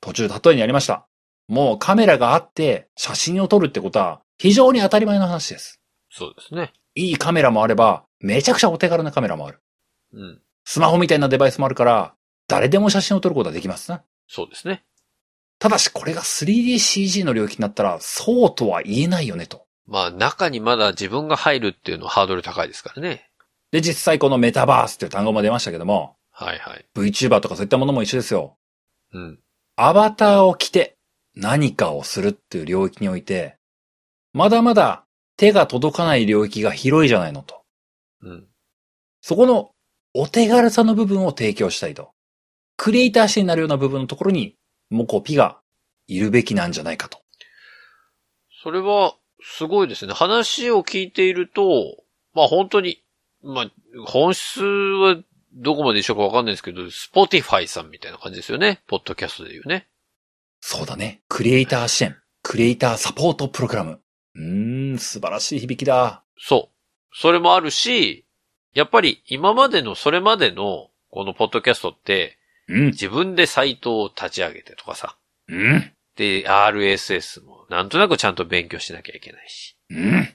途中例えにありました。もうカメラがあって写真を撮るってことは非常に当たり前の話です。そうですね。いいカメラもあれば、めちゃくちゃお手軽なカメラもある。うん。スマホみたいなデバイスもあるから、誰でも写真を撮ることはできますな。そうですね。ただし、これが 3DCG の領域になったら、そうとは言えないよねと。まあ、中にまだ自分が入るっていうのはハードル高いですからね。で、実際このメタバースっていう単語も出ましたけども、はいはい。 VTuber とかそういったものも一緒ですよ。うん。アバターを着て何かをするっていう領域において、まだまだ手が届かない領域が広いじゃないのと。うん。そこのお手軽さの部分を提供したいと。クリエイター視になるような部分のところに、モコピがいるべきなんじゃないかと。それは、すごいですね。話を聞いていると、まあ本当に、まあ、本質はどこまで一緒かわかんないですけど、スポティファイさんみたいな感じですよね。ポッドキャストで言うね。そうだね。クリエイター支援、クリエイターサポートプログラム。うーん、素晴らしい響きだ。そう。それもあるし、やっぱり今までの、それまでの、このポッドキャストって、うん、自分でサイトを立ち上げてとかさ。うん、で、RSS もなんとなくちゃんと勉強しなきゃいけないし。うん。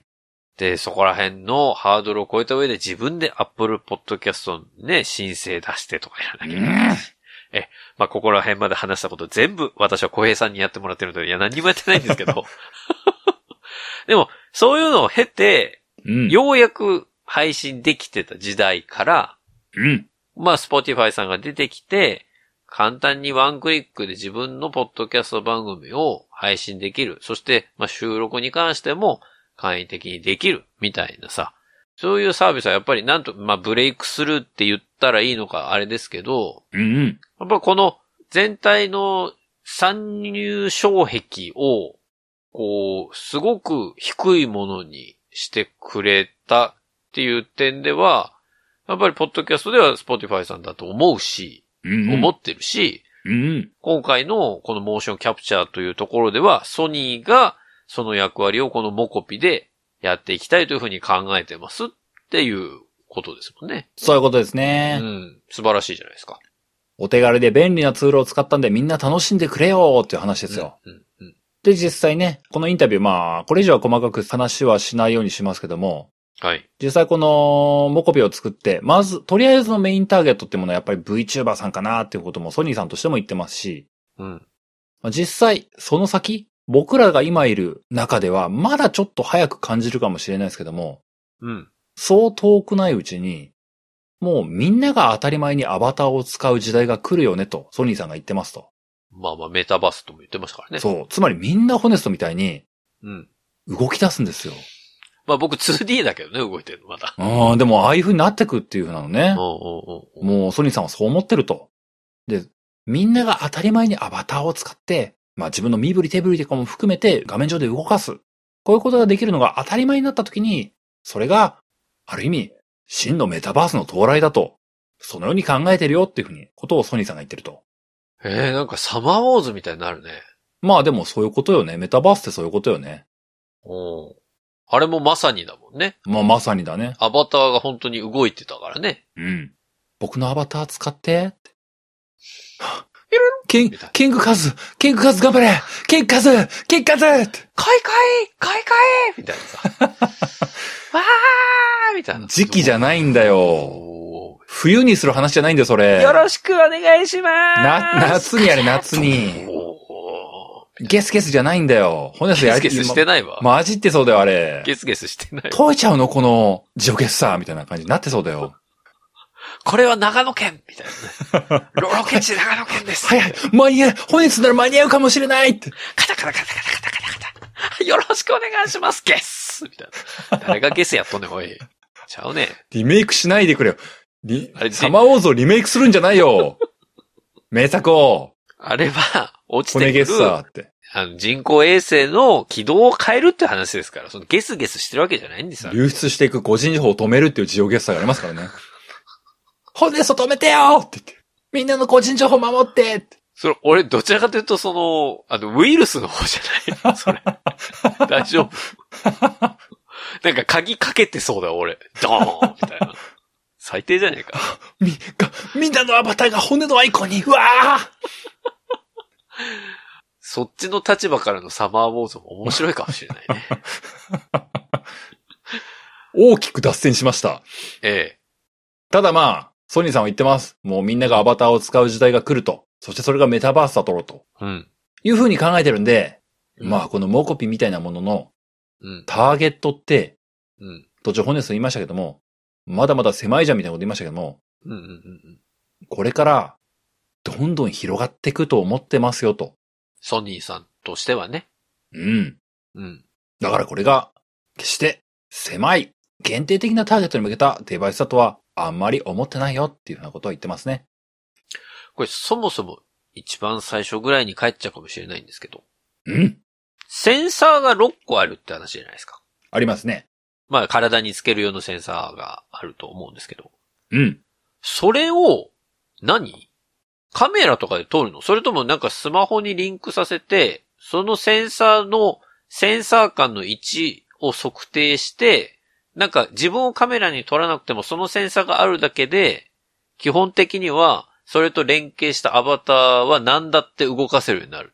で、そこら辺のハードルを超えた上で自分で Apple Podcast のね、申請出してとかやらなきゃいけないし。え、まあ、ここら辺まで話したこと全部私は小平さんにやってもらってるので、いや、何にもやってないんですけど。 でも、そういうのを経て、うん、ようやく配信できてた時代から、うん、まあ、Spotify さんが出てきて、簡単にワンクリックで自分のポッドキャスト番組を配信できる。そして、まあ、収録に関しても簡易的にできる。みたいなさ。そういうサービスはやっぱりなんと、まあ、ブレイクスルーって言ったらいいのかあれですけど、うん、うん。やっぱこの全体の参入障壁を、こう、すごく低いものにしてくれたっていう点では、やっぱりポッドキャストでは Spotify さんだと思うし、うん、思ってるし、うん、今回のこのモーションキャプチャーというところでは、ソニーがその役割をこのモコピでやっていきたいというふうに考えてますっていうことですもんね。そういうことですうね。ん。素晴らしいじゃないですか。お手軽で便利なツールを使ったんでみんな楽しんでくれよーっていう話ですよ。うん。うん。で、実際ね、このインタビュー、まあ、これ以上は細かく話はしないようにしますけども、はい。実際この、モコビを作って、まず、とりあえずのメインターゲットってものはやっぱり VTuber さんかなっていうこともソニーさんとしても言ってますし、うん。まあ実際、その先、僕らが今いる中では、まだちょっと早く感じるかもしれないですけども、うん。そう遠くないうちに、もうみんなが当たり前にアバターを使う時代が来るよねと、ソニーさんが言ってますと。まあまあ、メタバースとも言ってましたからね。そう。つまりみんなホネストみたいにう。うん。動き出すんですよ。まあ僕 2D だけどね、動いてるの、まだ。うん、でもああいう風になってくっていう風なのねお。おおうおうもうソニーさんはそう思ってると。で、みんなが当たり前にアバターを使って、まあ自分の身振り手振りとかも含めて画面上で動かす。こういうことができるのが当たり前になった時に、それが、ある意味、真のメタバースの到来だと、そのように考えてるよっていうふうに、ことをソニーさんが言ってると。えー、なんかサマーウォーズみたいになるね。まあでもそういうことよね。メタバースってそういうことよね。おうあれもまさにだもんね。まあまさにだね。アバターが本当に動いてたからね。うん。僕のアバター使って。ってキみンたいなキングカズキングカズ頑張れキングカズキングカズって買い替え買い替えみたいなさ。 わーみたいな。時期じゃないんだよお冬にする話じゃないんだよ、それ。ー。よろしくお願いしますな、夏にやれ、夏に。おーゲスゲスじゃないんだよ。ほんとゲやスゲスしてなないわ。混じってそうだよ、あれ。ゲスゲスしてない。解いちゃうのこの、ジオゲッサーみたいな感じになってそうだよ。これは長野県みたいな ね。ロロケ地長野県です。早い間に合う本日なら間に合うかもしれないって。カタカタカタカタカタカタカタ。 よろしくお願いします、ゲスみたいな。誰がゲスやっとんねん、おい。ちゃうね。リメイクしないでくれよ。リあれ、サマーウォーズをリメイクするんじゃない よ。名作を、あれは、落ち骨てゲッくるサーって。あの人工衛星の軌道を変えるって話ですから、そのゲスゲスしてるわけじゃないんですよ。流出していく個人情報を止めるっていうジオゲッサーがありますからね。 ホネスト止めてよって言って。みんなの個人情報守ってってそれ、俺、どちらかというと、その、あの、ウイルスの方じゃないそ れ。大丈夫。なんか鍵かけてそうだ、俺。ドーンみたいな。最低じゃねえか。み、が、みんなのアバターが骨のアイコンに、うわあそっちの立場からのサマーウォーズも面白いかもしれないね。 大きく脱線しました。えただまあ、ソニーさんは言ってます。もうみんながアバターを使う時代が来ると。そしてそれがメタバースだとろうと。え。うん。いうふうに考えてるんで、まあこのモコピみたいなもののうん。ターゲットって、うん。途中ホネスト言いましたけども、まだまだ狭いじゃんみたいなこと言いましたけども、うん。うん。うん。これから、どんどん広がっていくと思ってますよと。ソニーさんとしてはね。うん。うん。だからこれが、決して、狭い、限定的なターゲットに向けたデバイスだとは、あんまり思ってないよっていうふうなことを言ってますね。これ、そもそも、一番最初ぐらいに帰っちゃうかもしれないんですけど、うん。センサーが6個あるって話じゃないですか。ありますね。まあ、体につける用のセンサーがあると思うんですけど、うん。それを何、カメラとかで撮るのそれともなんかスマホにリンクさせて、そのセンサーの、センサー間の位置を測定して、なんか自分をカメラに撮らなくてもそのセンサーがあるだけで、基本的には、それと連携したアバターは何だって動かせるようになる。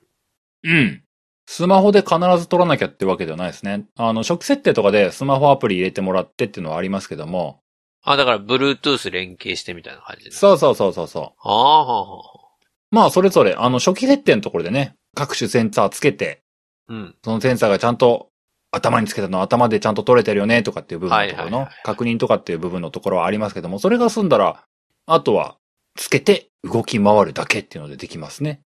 うん。スマホで必ず撮らなきゃってわけではないですね。あの、初期設定とかでスマホアプリ入れてもらってっていうのはありますけども。あ、だから Bluetooth 連携してみたいな感じです。そうそうそうそうそう。ああ、はあはあ。まあ、それぞれ、あの、初期設定のところでね、各種センサーつけて、うん。そのセンサーがちゃんと頭につけたのは頭でちゃんと取れてるよねとかっていう部分のはところいはいはいのはい確認とかっていう部分のところはありますけども、それが済んだら、あとはつけて動き回るだけっていうのでできますね。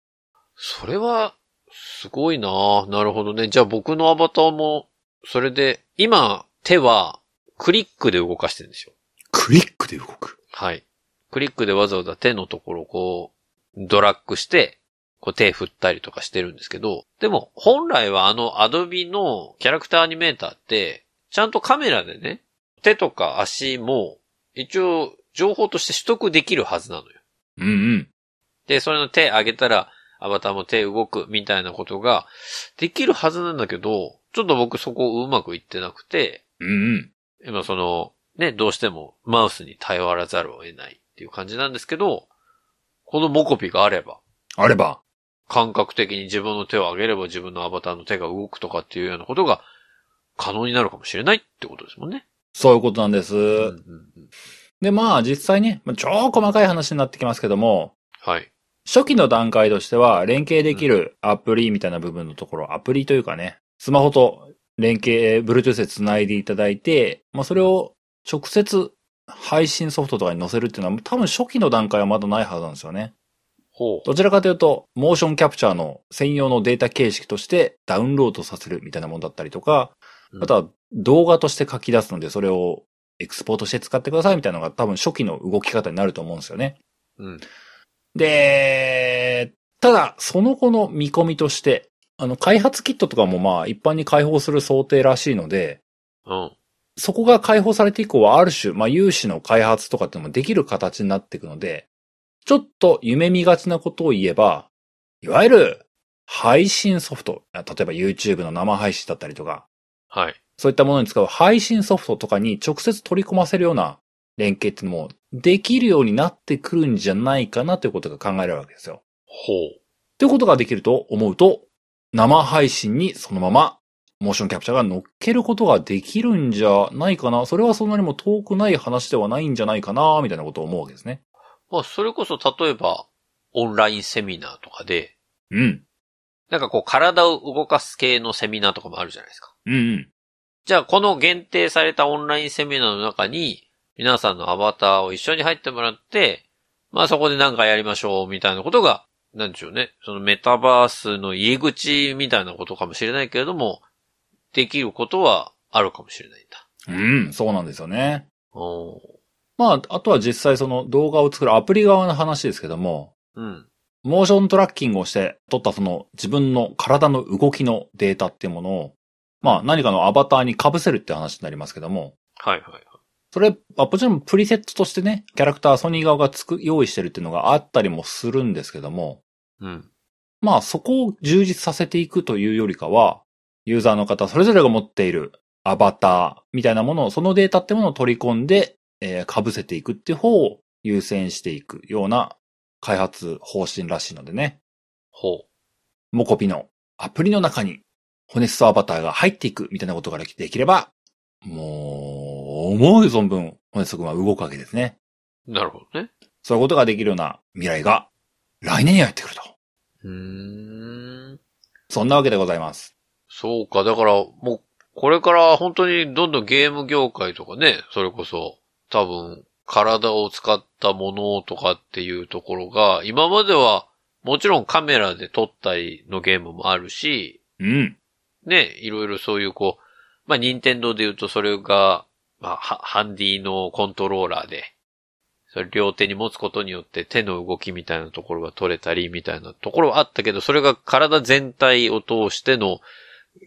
それは、すごいなぁなるほどね。じゃあ僕のアバターも、それで、今、手は、クリックで動かしてるんですよ。クリックで動く。はい。クリックでわざわざ手のところをこう、ドラッグして、こう手振ったりとかしてるんですけど、でも本来はあの Adobe のキャラクターアニメーターって、ちゃんとカメラでね、手とか足も、一応情報として取得できるはずなのよ。うんうん。で、それの手上げたら、アバターも手動くみたいなことができるはずなんだけど、ちょっと僕そこうまくいってなくて、うんうん。今その、ね、どうしてもマウスに頼らざるを得ないっていう感じなんですけど、このモコピがあれば、あれば、感覚的に自分の手を上げれば自分のアバターの手が動くとかっていうようなことが可能になるかもしれないってことですもんね。そういうことなんです。うんうんうんで、まあ実際ね、まあ超細かい話になってきますけども、はい。初期の段階としては、連携できるアプリみたいな部分のところ、アプリというかね、スマホと連携、Bluetooth で繋いでいただいて、まあ、それを直接配信ソフトとかに載せるっていうのは、多分初期の段階はまだないはずなんですよね。ほう。どちらかというと、モーションキャプチャーの専用のデータ形式としてダウンロードさせるみたいなものだったりとかう、んあとは動画として書き出すので、それをエクスポートして使ってくださいみたいなのが多分初期の動き方になると思うんですよね。うん。で、ただ、その後の見込みとして、あの、開発キットとかもまあ、一般に開放する想定らしいので、うん。そこが開放されて以降はある種、まあ、有志の開発とかっていうのもできる形になっていくので、ちょっと夢見がちなことを言えば、いわゆる配信ソフト、例えば YouTube の生配信だったりとか、はい。そういったものに使う配信ソフトとかに直接取り込ませるような連携っていうのもできるようになってくるんじゃないかなということが考えられるわけですよ。ほう。ということができると思うと、生配信にそのまま、モーションキャプチャーが乗っけることができるんじゃないかな。それはそんなにも遠くない話ではないんじゃないかな、みたいなことを思うわけですね。まあ、それこそ例えば、オンラインセミナーとかで、うん。なんかこう、体を動かす系のセミナーとかもあるじゃないですか。うんうん。じゃあ、この限定されたオンラインセミナーの中に、皆さんのアバターを一緒に入ってもらって、まあそこでなんかやりましょう、みたいなことが、なんでしょうね。そのメタバースの入り口みたいなことかもしれないけれども、できることはあるかもしれないんだ。うん、そうなんですよね。おーまあ、あとは実際その動画を作るアプリ側の話ですけども、うん。モーショントラッキングをして撮ったその自分の体の動きのデータっていうものを、まあ何かのアバターに被せるって話になりますけども、はいはい。それ、まあ、もちろんプリセットとしてね、キャラクターソニー側がつく、用意してるっていうのがあったりもするんですけども、うん。まあそこを充実させていくというよりかは、ユーザーの方それぞれが持っているアバターみたいなものを、そのデータってものを取り込んで、えー被せていくっていう方を優先していくような開発方針らしいのでね、ほモコピのアプリの中にホネストアバターが入っていくみたいなことができれば、もう、思う存分、ホネスト君は動くわけですね。う。なるほどね。そういうことができるような未来が来年にやってくると。うーん。そんなわけでございます。そうか。だから、もう、これから本当にどんどんゲーム業界とかね、それこそ、多分、体を使ったものとかっていうところが、今までは、もちろんカメラで撮ったりのゲームもあるし、うん。ね、いろいろそういうこう、まあ、任天堂で言うとそれが、まあ、ハハンディのコントローラーで、それ両手に持つことによって手の動きみたいなところが取れたりみたいなところはあったけど、それが体全体を通しての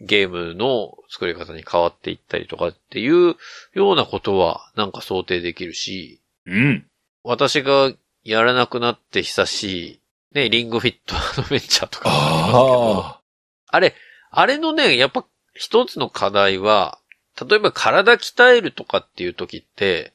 ゲームの作り方に変わっていったりとかっていうようなことはなんか想定できるし、うん。私がやらなくなって久しい、ね、リングフィットアドベンチャーとかもありますけど、ああ。あれ、あれのね、やっぱ一つの課題は、例えば体鍛えるとかっていう時って、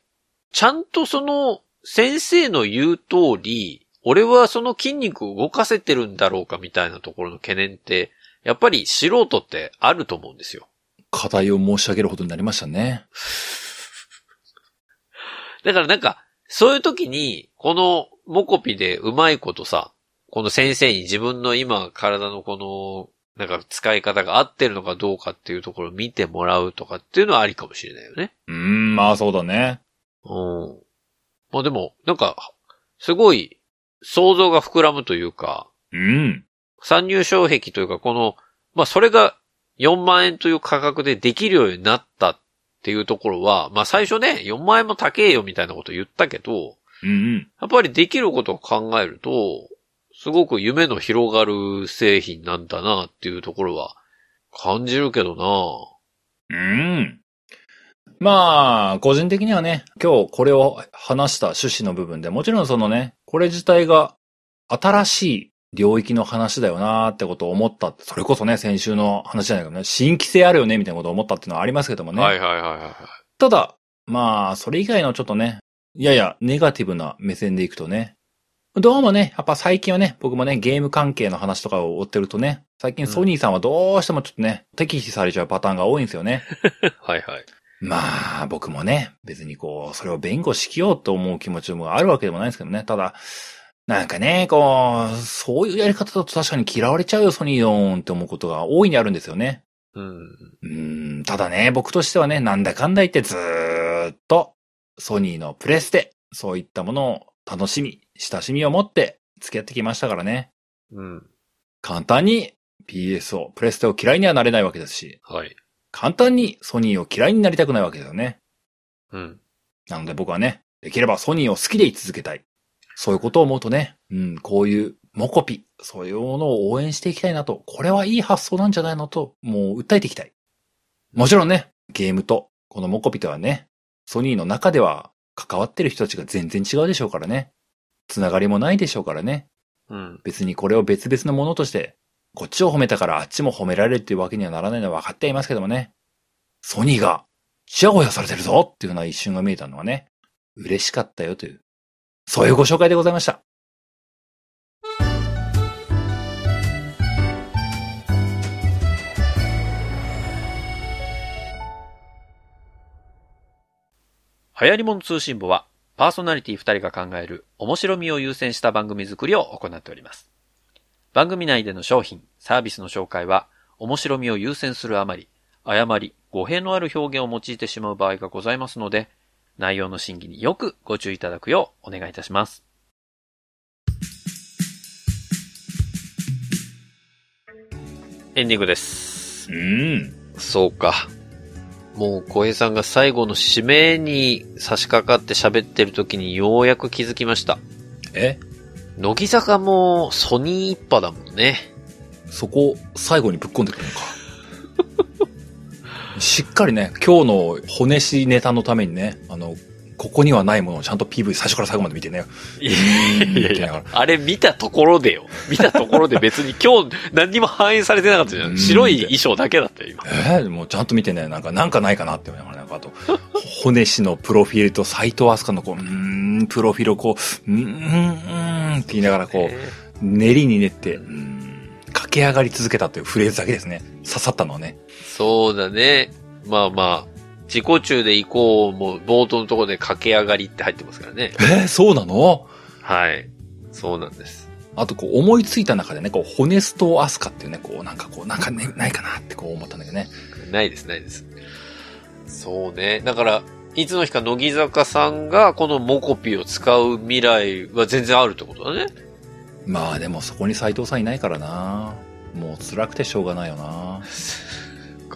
ちゃんとその先生の言う通り、俺はその筋肉を動かせてるんだろうかみたいなところの懸念って、やっぱり素人ってあると思うんですよ。課題を申し上げるほどになりましたね。だからなんか、そういう時に、このモコピでうまいことさ、この先生に自分の今体のこの、なんか使い方が合ってるのかどうかっていうところを見てもらうとかっていうのはありかもしれないよね。うーん、まあそうだね。うん。まあでも、なんか、すごい想像が膨らむというか、うん。参入障壁というか、この、まあそれが4万円という価格でできるようになったっていうところは、まあ最初ね、4万円も高えよみたいなこと言ったけど、うんうん。やっぱりできることを考えると、すごく夢の広がる製品なんだなっていうところは感じるけどなうん。まあ、個人的にはね、今日これを話した趣旨の部分で、もちろんそのね、これ自体が新しい領域の話だよなーってことを思ったって。それこそね、先週の話じゃないけどね、新規性あるよね、みたいなことを思ったっていうのはありますけどもね。はいはいはいはいはい。ただ、まあ、それ以外のちょっとね、ややネガティブな目線でいくとね、どうもね、やっぱ最近はね、僕もね、ゲーム関係の話とかを追ってるとね、最近ソニーさんはどうしてもちょっとね、敵視されちゃうパターンが多いんですよね。はいはい。まあ、僕もね、別にこう、それを弁護しきようと思う気持ちもあるわけでもないんですけどね。ただ、なんかね、こう、そういうやり方だと確かに嫌われちゃうよ、ソニーよんって思うことが大いにあるんですよね。うん。うーん、ただね、僕としてはね、なんだかんだ言ってずーっと、ソニーのプレステ、そういったものを楽しみ、親しみを持って付き合ってきましたからね。うん。簡単に PS を、プレステを嫌いにはなれないわけですし、はい。簡単にソニーを嫌いになりたくないわけですよね。うん。なので僕はね、できればソニーを好きでい続けたい。そういうことを思うとね、うん、こういうモコピ、そういうものを応援していきたいなと、これはいい発想なんじゃないのと、もう訴えていきたい。もちろんね、ゲームと、このモコピとはね、ソニーの中では関わってる人たちが全然違うでしょうからね。つながりもないでしょうからね。うん。別にこれを別々のものとして、こっちを褒めたからあっちも褒められるっていうわけにはならないのは分かっていますけどもね。ソニーが、ちやほやされてるぞっていうような一瞬が見えたのはね、嬉しかったよという、そういうご紹介でございました。流行り物通信簿は、パーソナリティ2人が考える面白みを優先した番組作りを行っております。番組内での商品、サービスの紹介は、面白みを優先するあまり、誤り、語弊のある表現を用いてしまう場合がございますので、内容の審議によくご注意いただくようお願いいたします。エンディングですう。ん。そうか。もう小平さんが最後の締めに差し掛かって喋ってる時にようやく気づきました。え乃木坂もソニー一派だもんね。そこ、最後にぶっ込んでくるの か。しっかりね、今日の骨しネタのためにね、あの、ここにはないものをちゃんと PV 最初から最後まで見てね。い やいや、あれ見たところでよ。見たところで別に今日何にも反映されてなかったじゃ。うんん白い衣装だけだったよ、今。えー、もうちゃんと見てね、なんか、なんかないかなって思いながら、なんかあと、骨氏のプロフィールと斎藤飛鳥のこう、うーん、プロフィールをこう、うーん、うーんって言いながらこねう、練りに練って、うーん、駆け上がり続けたというフレーズだけですね。刺さったのはね。そうだね。まあまあ、自己中で行こうも冒頭のところで駆け上がりって入ってますからね。えー、そうなのはい。そうなんです。あとこう、思いついた中でね、こう、骨スト飛鳥っていうね、こう、なんかこう、なんかね、ないかなってこう思ったんだけどね。ないです、ないです。そうね。だから、いつの日か乃木坂さんがこのモコピを使う未来は全然あるってことだね。まあでもそこに斎藤さんいないからな。もう辛くてしょうがないよな。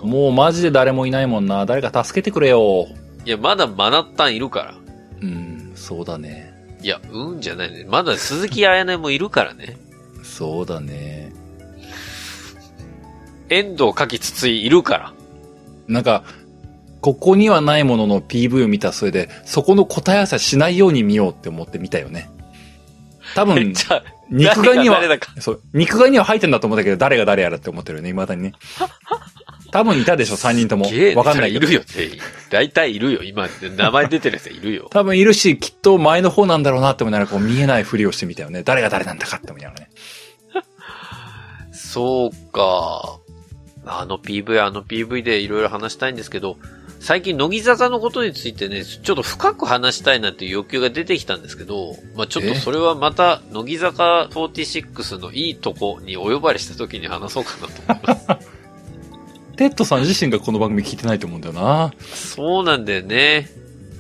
もうマジで誰もいないもんな。誰か助けてくれよ。いや、まだマナッタンいるから。うん、そうだね。いや、うんじゃないね。まだ鈴木彩音もいるからね。そうだね。遠藤かきつついいるから。なんか、ここにはないものの PV を見たそれで、そこの答え合わせはしないように見ようって思って見たよね。多 分、じゃあ、肉眼には誰、だか。そう、肉眼には入ってんだと思うんだけど、誰が誰やらって思ってるよね、未だにね。多分いたでしょ、3人ともすげえ。わかんないいけどるよ、全員。大体いるよ、今。名前出てるやついるよ。多分いるし、きっと前の方なんだろうなって思いながら、こう見えないふりをしてみたよね。誰が誰なんだかって思いながらね。そうか。あの PV、あの PV でいろいろ話したいんですけど、最近乃木坂のことについてね、ちょっと深く話したいなっていう欲求が出てきたんですけど、まあちょっとえそれはまた乃木坂46のいいとこにお呼ばれした時に話そうかなと思います。テッドさん自身がこの番組聞いてないと思うんだよな。そうなんだよね。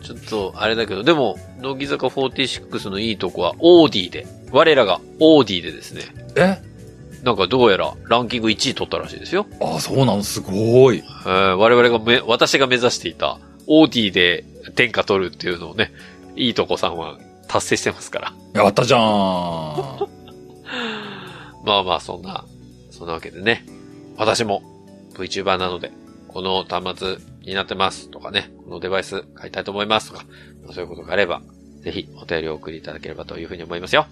ちょっとあれだけど、でも、乃木坂46のいいとこはオーディで、我らがオーディでですね、えなんかどうやらランキング1位取ったらしいですよ。あ、そうなのすごい。えー我々がめ、私が目指していた、オーディで天下取るっていうのをね、いいとこさんは達成してますから。やった じゃーん。まあまあ、そんな、そんなわけでね、私も VTuber なので、この端末になってますとかね、このデバイス買いたいと思いますとか、まあそういうことがあれば、ぜひお便りをお送りいただければというふうに思いますよ。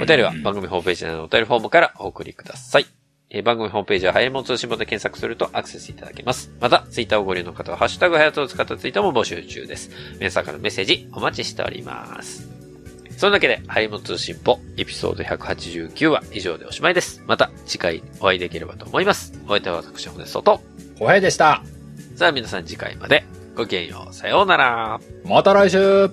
お便りは番組ホームページ内のお便りフォームからお送りください。えー番組ホームページは、はやりもん通信簿で検索するとアクセスいただけます。また、ツイッターをご利用の方は、ハッシュタグはやとを使ったツイートも募集中です。皆さんからのメッセージお待ちしております。そんなわけで、ハリモ通信簿、エピソード189は以上でおしまいです。また次回お会いできればと思います。お相手は私、ホネストと。小平でした。さあ皆さん次回まで、ごきげんよう、さようなら。また来週